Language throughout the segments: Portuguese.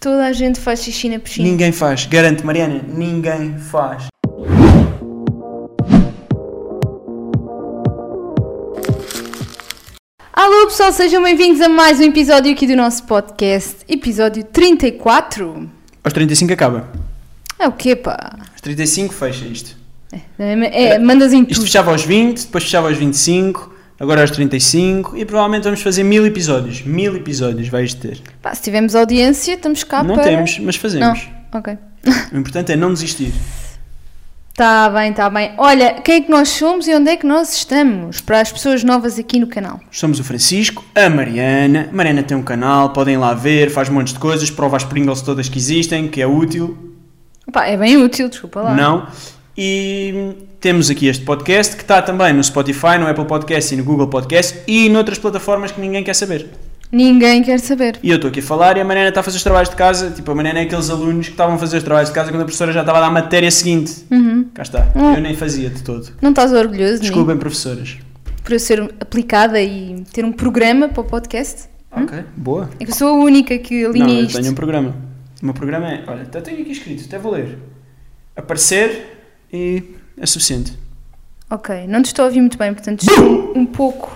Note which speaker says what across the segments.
Speaker 1: Toda a gente faz xixi na piscina.
Speaker 2: Ninguém faz. Garanto, Mariana, ninguém faz.
Speaker 1: Alô pessoal, sejam bem-vindos a mais um episódio aqui do nosso podcast. Episódio 34.
Speaker 2: Aos 35 acaba.
Speaker 1: É o quê, pá?
Speaker 2: Aos 35 fecha isto.
Speaker 1: É, é, mandas em
Speaker 2: Isto
Speaker 1: tudo.
Speaker 2: fechava aos 20, depois fechava aos 25, agora aos 35 e provavelmente vamos fazer mil episódios. Mil episódios vais ter.
Speaker 1: Pá, se tivermos audiência, estamos cá
Speaker 2: não
Speaker 1: para...
Speaker 2: temos, mas
Speaker 1: Não,
Speaker 2: fazemos.
Speaker 1: ok.
Speaker 2: O importante é não desistir.
Speaker 1: Tá bem, tá bem. Olha, quem é que nós somos e onde é que nós estamos? Para as pessoas novas aqui no canal.
Speaker 2: Somos o Francisco, a Mariana. Mariana tem um canal, podem lá ver, faz montes de coisas, prova as Pringles todas que existem, que é útil.
Speaker 1: Pá, é bem útil, desculpa lá.
Speaker 2: Não. E temos aqui este podcast que está também no Spotify, no Apple Podcast e no Google Podcast e noutras plataformas que ninguém quer saber.
Speaker 1: Ninguém quer saber.
Speaker 2: E eu estou aqui a falar e a Mariana está a fazer os trabalhos de casa. Tipo, a Mariana é aqueles alunos que estavam a fazer os trabalhos de casa quando a professora já estava a dar a matéria seguinte. Cá está. Eu nem fazia de todo.
Speaker 1: Uhum. Não estás orgulhoso de mim
Speaker 2: Desculpem, professoras.
Speaker 1: por eu ser aplicada e ter um programa para o podcast?
Speaker 2: Ok, boa.
Speaker 1: É que eu sou a única que alinha
Speaker 2: Não, eu
Speaker 1: isto.
Speaker 2: tenho um programa. O meu programa é. Olha, até tenho aqui escrito, até vou ler. Aparecer e. é suficiente.
Speaker 1: Ok, não te estou a ouvir muito bem, portanto estou um pouco.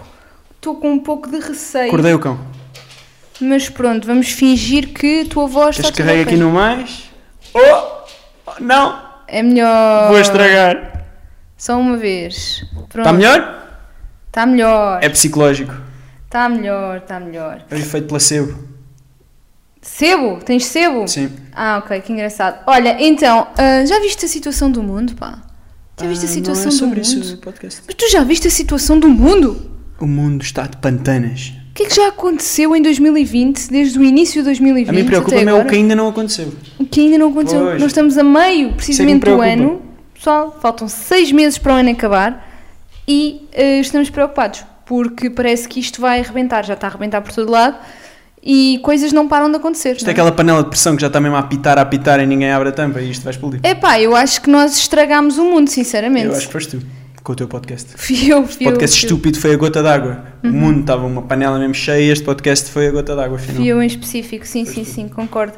Speaker 1: Estou com um pouco de receio.
Speaker 2: Acordei o cão.
Speaker 1: Mas pronto, vamos fingir que a tua voz está
Speaker 2: Queres que
Speaker 1: tudo
Speaker 2: carregue
Speaker 1: ok.
Speaker 2: aqui no mais? Oh! Oh, Não!
Speaker 1: É melhor.
Speaker 2: Vou estragar.
Speaker 1: Só uma vez. Pronto.
Speaker 2: Está melhor?
Speaker 1: Está melhor.
Speaker 2: É psicológico.
Speaker 1: Está melhor, está melhor.
Speaker 2: É o efeito placebo.
Speaker 1: Sebo? Tens sebo?
Speaker 2: Sim.
Speaker 1: Ah, ok, que engraçado. Olha, então, ah, já viste a situação do mundo, pá? Já viste a
Speaker 2: Ah,
Speaker 1: situação
Speaker 2: não é sobre
Speaker 1: do
Speaker 2: isso
Speaker 1: mundo?
Speaker 2: o podcast.
Speaker 1: Mas tu já viste a situação do mundo?
Speaker 2: O mundo está de pantanas.
Speaker 1: O que é que já aconteceu em 2020, desde o início de 2020
Speaker 2: A mim preocupa-me
Speaker 1: até
Speaker 2: é
Speaker 1: agora?
Speaker 2: o que ainda não aconteceu.
Speaker 1: O que ainda não aconteceu.
Speaker 2: Pois. é
Speaker 1: Nós estamos a meio, precisamente, do
Speaker 2: preocupa.
Speaker 1: ano. Pessoal, faltam seis meses para o ano acabar e eh, estamos preocupados porque parece que isto vai arrebentar. Já está a arrebentar por todo lado e coisas não param de acontecer.
Speaker 2: Isto
Speaker 1: não é?
Speaker 2: é aquela panela de pressão que já está mesmo a apitar, a apitar e ninguém abre a tampa e isto vai explodir.
Speaker 1: Epá, eu acho que nós estragámos o mundo, sinceramente.
Speaker 2: Eu acho que foste tu, com o teu podcast.
Speaker 1: Fui eu,
Speaker 2: O
Speaker 1: fui eu. fui
Speaker 2: podcast
Speaker 1: eu. Uhum.
Speaker 2: estúpido foi a gota d'água. O mundo estava uma panela mesmo cheia e este podcast foi a gota d'água, afinal.
Speaker 1: Fui eu em específico, sim, sim, sim, concordo.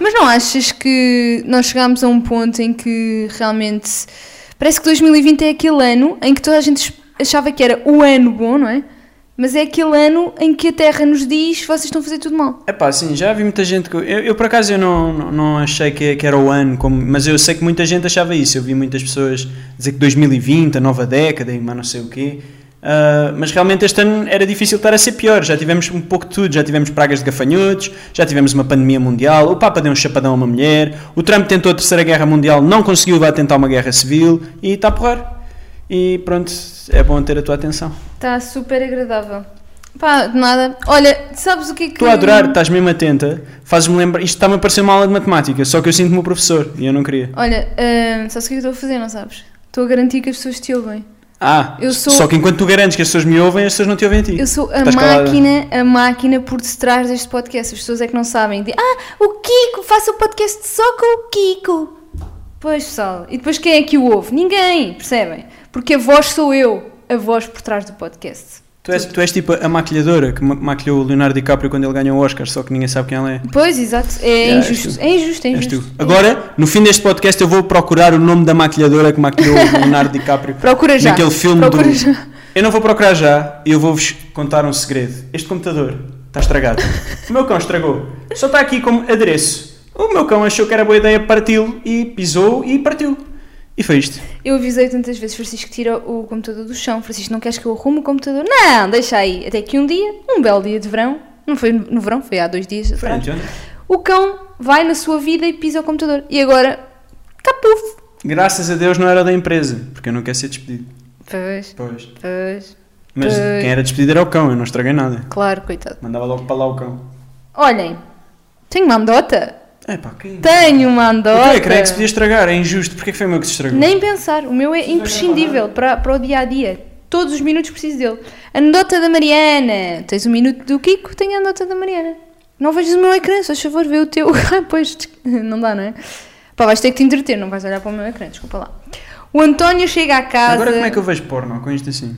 Speaker 1: Mas não achas que nós chegámos a um ponto em que realmente parece que 2020 é aquele ano em que toda a gente achava que era o ano bom, não é? Mas é aquele ano em que a Terra nos diz vocês estão a fazer tudo mal.
Speaker 2: Epá, sim, já vi muita gente que. Eu, eu, por acaso eu não, não, não achei que, que era o ano, como, mas eu sei que muita gente achava isso. Eu vi muitas pessoas dizer que 2020, a nova década e mais não sei o quê. Ah, mas realmente este ano era difícil estar a ser pior. Já tivemos um pouco de tudo. Já tivemos pragas de gafanhotos, já tivemos uma pandemia mundial. O Papa deu um chapadão a uma mulher. O Trump tentou a terceira guerra mundial, não conseguiu, vai tentar uma guerra civil e está a porrar. E pronto, é bom ter a tua atenção.
Speaker 1: Está Tá super agradável. Pá, de nada. Olha, sabes o que é que.
Speaker 2: Estou a adorar, tá? estás mesmo atenta. Fazes-me lembrar. Isto está-me a parecer uma aula de matemática, só que eu sinto-me o professor e eu não queria.
Speaker 1: Olha, hum, sabes o que é que eu estou a fazer, não sabes? Estou a garantir que as pessoas te ouvem.
Speaker 2: Ah,
Speaker 1: Eu sou-
Speaker 2: só que enquanto tu garantes que as pessoas me ouvem, as pessoas não te ouvem a ti.
Speaker 1: Eu sou a
Speaker 2: Estás calada.
Speaker 1: máquina, a máquina por detrás deste podcast. As pessoas é que não sabem. De, ah, o Kiko, faça o podcast só com o Kiko. Pois, pessoal. E depois quem é que o ouve? Ninguém, percebem? Porque a voz sou eu, a voz por trás do podcast.
Speaker 2: Tu és, tu és tipo a maquilhadora que ma- maquilhou o Leonardo DiCaprio quando ele ganhou o Oscar, só que ninguém sabe quem ela é.
Speaker 1: Pois, exato. É
Speaker 2: Yeah, és
Speaker 1: injusto.
Speaker 2: tu.
Speaker 1: É injusto, é
Speaker 2: És
Speaker 1: injusto.
Speaker 2: tu. Agora, no fim deste podcast, eu vou procurar o nome da maquilhadora que maquilhou o Leonardo DiCaprio.
Speaker 1: Procura já.
Speaker 2: Naquele filme
Speaker 1: Procura
Speaker 2: do.
Speaker 1: já.
Speaker 2: Eu não vou procurar já, eu vou-vos contar um segredo. Este computador está estragado. o meu cão estragou. Só está aqui como adereço. O meu cão achou que era boa ideia parti-lo e pisou e partiu. E foi isto.
Speaker 1: Eu avisei tantas vezes, Francisco, tira o computador do chão. Francisco, não queres que eu arrume o computador? Não, deixa aí. Até que um dia, um belo dia de verão, não foi no verão, foi há dois dias
Speaker 2: Foi
Speaker 1: atrás.
Speaker 2: anteontem.
Speaker 1: O cão vai na sua vida e pisa o computador. E agora, capuf!
Speaker 2: Graças a Deus não era da empresa, porque eu não quero ser despedido.
Speaker 1: Pois,
Speaker 2: Pois.
Speaker 1: pois.
Speaker 2: Mas
Speaker 1: Pois.
Speaker 2: quem era despedido era o cão, eu não estraguei nada.
Speaker 1: Claro, coitado.
Speaker 2: Mandava logo para lá o cão.
Speaker 1: Olhem, tenho uma andota?
Speaker 2: É pá, quem.
Speaker 1: Tenho uma
Speaker 2: Eu
Speaker 1: andota!
Speaker 2: creio, creio que se podia estragar, é injusto. Porquê que foi o meu que se estragou?
Speaker 1: Nem pensar, o meu é imprescindível para, para o dia a dia. Todos os minutos preciso dele. Anedota da Mariana. Tens o minuto do Kiko, tenho a anedota da Mariana. Não vejas o meu ecrã, só favor, vê o teu. Ah, pois, não dá, não é? Pá, vais ter que te entreter, não vais olhar para o meu ecrã, desculpa lá. O António chega à casa.
Speaker 2: Agora como é que eu vejo porno com isto assim?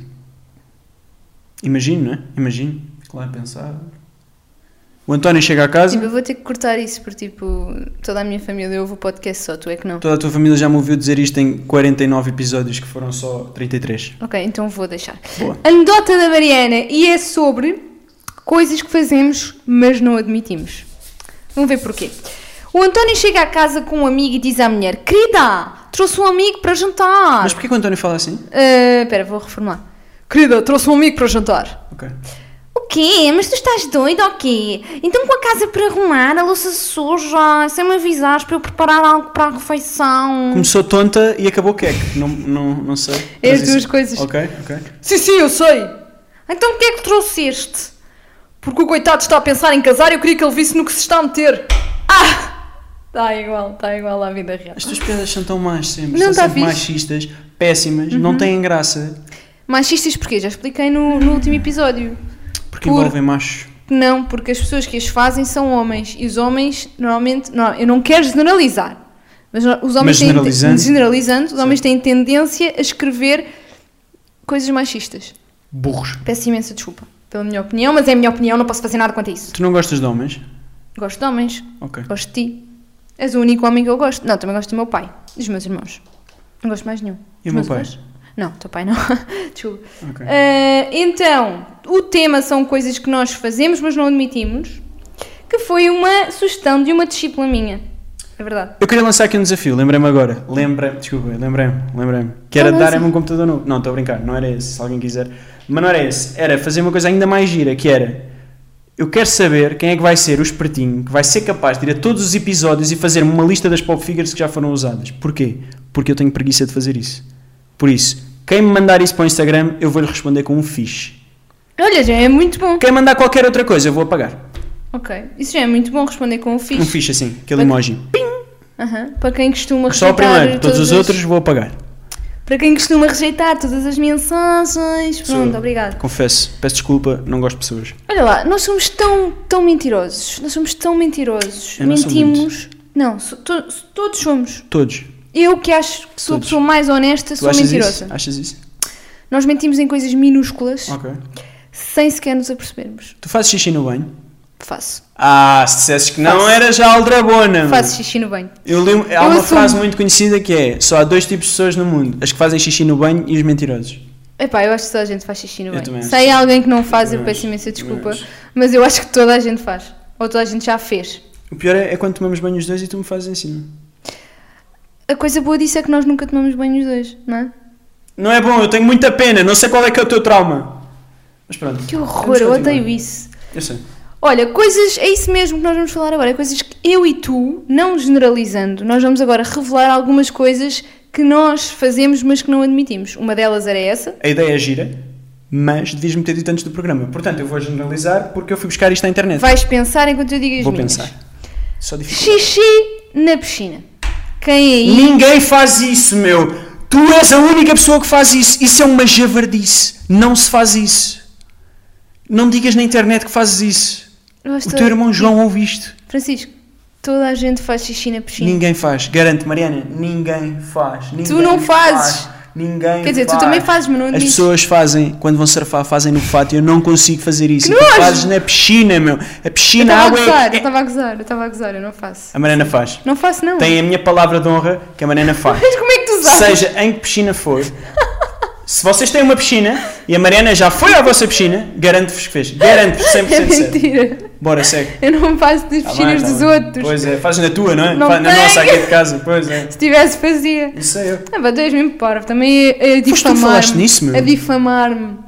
Speaker 2: Imagino, não é? Imagino. Fico lá a pensar. O António chega a
Speaker 1: Tipo,
Speaker 2: casa,
Speaker 1: eu vou ter que cortar isso, porque, tipo, toda a minha família ouve o podcast só, tu é que não.
Speaker 2: toda a tua família já me ouviu dizer isto em 49 episódios que foram só 33.
Speaker 1: Ok, então vou deixar.
Speaker 2: Boa.
Speaker 1: Anedota da Mariana, e é sobre coisas que fazemos, mas não admitimos. Vamos ver porquê. O António chega à casa com um amigo e diz à mulher: Querida, trouxe um amigo para jantar.
Speaker 2: Mas porquê que o António fala assim?
Speaker 1: Ah, Espera, vou reformular. Querida, trouxe um amigo para jantar.
Speaker 2: Ok.
Speaker 1: O quê? Mas tu estás doida ou quê? Então com a casa para arrumar, a louça suja, sem me avisares para eu preparar algo para a refeição.
Speaker 2: Começou tonta e acabou queque. Não, não, não sei.
Speaker 1: É as
Speaker 2: Mas
Speaker 1: duas coisas.
Speaker 2: Ok, ok.
Speaker 1: Sim, sim, eu sei. Então o que é que trouxeste? Porque o coitado está a pensar em casar e eu queria que ele visse no que se está a meter. Ah! Está igual, está igual à vida real.
Speaker 2: As tuas piadas são tão más sempre.
Speaker 1: Não
Speaker 2: são
Speaker 1: tá
Speaker 2: sempre
Speaker 1: fixe. Uhum.
Speaker 2: machistas, péssimas, não têm graça.
Speaker 1: Machistas porquê? Já expliquei no, no último episódio.
Speaker 2: Porque
Speaker 1: Por-
Speaker 2: envolvem machos.
Speaker 1: Não, porque as pessoas que as fazem são homens e os homens normalmente. Não, eu não quero generalizar, mas no- os homens
Speaker 2: Mas
Speaker 1: têm.
Speaker 2: generalizando?
Speaker 1: generalizando, os homens têm tendência a escrever coisas machistas.
Speaker 2: Burros.
Speaker 1: Peço imensa desculpa pela minha opinião, mas é a minha opinião, não posso fazer nada quanto a isso.
Speaker 2: Tu não gostas de homens?
Speaker 1: Gosto de homens,
Speaker 2: Ok.
Speaker 1: Gosto de ti. És o único homem que eu gosto. Não, também gosto do meu pai, dos meus irmãos. Não gosto mais nenhum.
Speaker 2: E o
Speaker 1: Dos
Speaker 2: meu pai?
Speaker 1: meus irmãos? Não, teu pai não. Desculpa.
Speaker 2: Ok.
Speaker 1: Ah, então, o tema são coisas que nós fazemos, mas não admitimos. Que foi uma sugestão de uma discípula minha. É verdade.
Speaker 2: Eu queria lançar aqui um desafio, lembrei-me agora. Lembrei-me, desculpa, lembrei-me, lembrei-me. Que era
Speaker 1: Então lança.
Speaker 2: dar-me um computador novo. Não, estou a brincar, não era esse, se alguém quiser. Mas não era esse, era fazer uma coisa ainda mais gira, que era. Eu quero saber quem é que vai ser o espertinho que vai ser capaz de ir a todos os episódios e fazer uma lista das pop figures que já foram usadas. Porquê? Porque eu tenho preguiça de fazer isso. Por isso, quem me mandar isso para o Instagram, eu vou-lhe responder com um fixe.
Speaker 1: Olha, já é muito bom.
Speaker 2: Quem mandar qualquer outra coisa, eu vou apagar.
Speaker 1: Ok. Isso já é muito bom responder com o
Speaker 2: Um
Speaker 1: fixe.
Speaker 2: fixe assim, aquele
Speaker 1: Mas-
Speaker 2: emoji.
Speaker 1: Aham. Para quem costuma
Speaker 2: Só o
Speaker 1: rejeitar.
Speaker 2: primeiro, todos
Speaker 1: todas
Speaker 2: os
Speaker 1: as-
Speaker 2: outros vou apagar.
Speaker 1: Para quem costuma rejeitar todas as mensagens. Pronto,
Speaker 2: Sou-
Speaker 1: obrigado.
Speaker 2: Confesso, peço desculpa, não gosto de pessoas.
Speaker 1: Olha lá, nós somos tão, tão mentirosos. Nós somos tão mentirosos.
Speaker 2: Eu não sou
Speaker 1: Mentimos. Não, so- to- so- todos somos.
Speaker 2: Todos.
Speaker 1: Eu que acho que sou a
Speaker 2: Todos.
Speaker 1: pessoa mais honesta,
Speaker 2: Tu
Speaker 1: sou
Speaker 2: achas
Speaker 1: mentirosa.
Speaker 2: isso? Achas isso?
Speaker 1: Nós mentimos em coisas minúsculas,
Speaker 2: Ok.
Speaker 1: sem sequer nos apercebermos.
Speaker 2: Tu fazes xixi no banho?
Speaker 1: Faço.
Speaker 2: Ah, se dissesses que não,
Speaker 1: Faço.
Speaker 2: era já aldrabona.
Speaker 1: Faço xixi no banho.
Speaker 2: Eu li, um- há
Speaker 1: Eu
Speaker 2: uma
Speaker 1: assumo.
Speaker 2: frase muito conhecida que é Só há dois tipos de pessoas no mundo, as que fazem xixi no banho e os mentirosos.
Speaker 1: Epá, eu acho que toda a gente faz xixi no
Speaker 2: Eu
Speaker 1: banho.
Speaker 2: também
Speaker 1: Se
Speaker 2: acho.
Speaker 1: há alguém que não faz, eu
Speaker 2: também
Speaker 1: peço
Speaker 2: acho.
Speaker 1: imensa
Speaker 2: Também
Speaker 1: desculpa.
Speaker 2: acho.
Speaker 1: Mas eu acho que toda a gente faz. Ou toda a gente já fez.
Speaker 2: O pior é, é quando tomamos banho os dois e tu me fazes em cima.
Speaker 1: A coisa boa disso é que nós nunca tomamos banho os dois, não é?
Speaker 2: Não é bom, eu tenho muita pena, não sei qual é que é o teu trauma. Mas pronto.
Speaker 1: Que horror,
Speaker 2: Vamos
Speaker 1: eu
Speaker 2: continuar.
Speaker 1: odeio isso.
Speaker 2: Eu sei.
Speaker 1: Olha, coisas, é isso mesmo que nós vamos falar agora, é coisas que eu e tu, não generalizando, nós vamos agora revelar algumas coisas que nós fazemos, mas que não admitimos. Uma delas era essa.
Speaker 2: A ideia é gira, mas devias-me ter dito antes do programa. Portanto, eu vou generalizar porque eu fui buscar isto à internet.
Speaker 1: Vais pensar enquanto eu digo as
Speaker 2: vou
Speaker 1: minhas.
Speaker 2: pensar. Só dificulta.
Speaker 1: Xixi na piscina. Quem é aí?
Speaker 2: Ninguém faz isso, meu. Tu és a única pessoa que faz isso. Isso é uma javardice. Não se faz isso. Não digas na internet que fazes isso.
Speaker 1: Eu acho
Speaker 2: O
Speaker 1: toda-
Speaker 2: teu irmão João ouve isto.
Speaker 1: Francisco, toda a gente faz xixi na piscina.
Speaker 2: Ninguém faz. Garanto, Mariana, ninguém faz. Ninguém
Speaker 1: não fazes.
Speaker 2: faz. Ninguém
Speaker 1: Quer dizer, tu
Speaker 2: faz.
Speaker 1: também fazes, mas não
Speaker 2: As
Speaker 1: admites.
Speaker 2: pessoas fazem, quando vão surfar, fazem no fato e eu não consigo fazer isso.
Speaker 1: Que
Speaker 2: E tu
Speaker 1: nojo!
Speaker 2: fazes na piscina, meu. A
Speaker 1: Eu
Speaker 2: piscina,
Speaker 1: estava
Speaker 2: a
Speaker 1: a
Speaker 2: água
Speaker 1: gozar, eu
Speaker 2: é...
Speaker 1: estava a gozar, eu estava a gozar, eu não faço.
Speaker 2: A Mariana faz.
Speaker 1: Não faço não.
Speaker 2: Tem a minha palavra de honra que a Mariana faz.
Speaker 1: Mas como é que tu sabes?
Speaker 2: seja em que piscina for, se vocês têm uma piscina e a Mariana já foi à vossa piscina, garanto-vos que fez. Garanto-vos 100%
Speaker 1: é
Speaker 2: certo.
Speaker 1: mentira.
Speaker 2: Bora, segue.
Speaker 1: Eu não faço das
Speaker 2: Tá bem,
Speaker 1: piscinas
Speaker 2: tá
Speaker 1: dos
Speaker 2: bem.
Speaker 1: outros.
Speaker 2: Pois é, fazes na tua, não é?
Speaker 1: Não
Speaker 2: Faz na
Speaker 1: tenho.
Speaker 2: nossa aqui de casa, pois é.
Speaker 1: Se tivesse, fazia.
Speaker 2: Isso é eu.
Speaker 1: Ah, pá, tu és mesmo parvo. Também a, a
Speaker 2: tu que falaste
Speaker 1: difamar-me.
Speaker 2: nisso, meu.
Speaker 1: A difamar-me.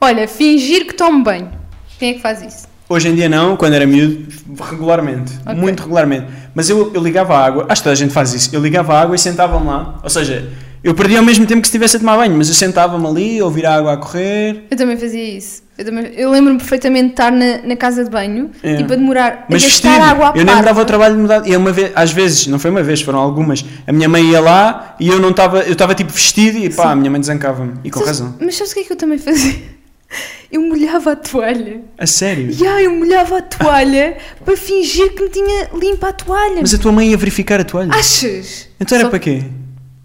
Speaker 1: Olha, fingir que tomo banho. Quem é que faz isso?
Speaker 2: Hoje em dia não, quando era miúdo, regularmente.
Speaker 1: Ok.
Speaker 2: Muito regularmente. Mas eu, eu ligava a água, acho que toda a gente faz isso. Eu ligava a água e sentava-me lá. Ou seja, eu perdia ao mesmo tempo que se estivesse a tomar banho, mas eu sentava-me ali, a ouvir a água a correr.
Speaker 1: Eu também fazia isso. Eu, também- eu lembro-me perfeitamente de estar na, na casa de banho,
Speaker 2: É.
Speaker 1: tipo a demorar,
Speaker 2: Mas
Speaker 1: a gastar
Speaker 2: vestido,
Speaker 1: água à
Speaker 2: eu nem me
Speaker 1: parte.
Speaker 2: dava o trabalho de mudar. E é uma vez, às vezes, não foi uma vez, foram algumas. A minha mãe ia lá e eu não estava, eu estava tipo vestido e pá, a minha mãe desancava-me. E com
Speaker 1: Sabes-
Speaker 2: razão.
Speaker 1: Mas sabes o que é que eu também fazia? Eu molhava a toalha.
Speaker 2: A sério.
Speaker 1: E é ai, eu molhava a toalha para fingir que me tinha limpa a toalha.
Speaker 2: Mas a tua mãe ia verificar a toalha.
Speaker 1: Achas?
Speaker 2: então era
Speaker 1: Ah, Só-
Speaker 2: para quê?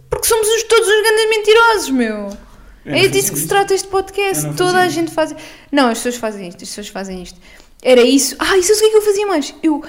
Speaker 1: Porque somos uns- todos uns grandes mentirosos, meu.
Speaker 2: Eu
Speaker 1: É
Speaker 2: não fazia
Speaker 1: disso que se trata este podcast.
Speaker 2: Eu não
Speaker 1: Toda
Speaker 2: fazia
Speaker 1: a gente faz. Não, as pessoas fazem isto, as pessoas fazem isto. Era isso. Ah, isso eu sei o que é que eu fazia mais. Eu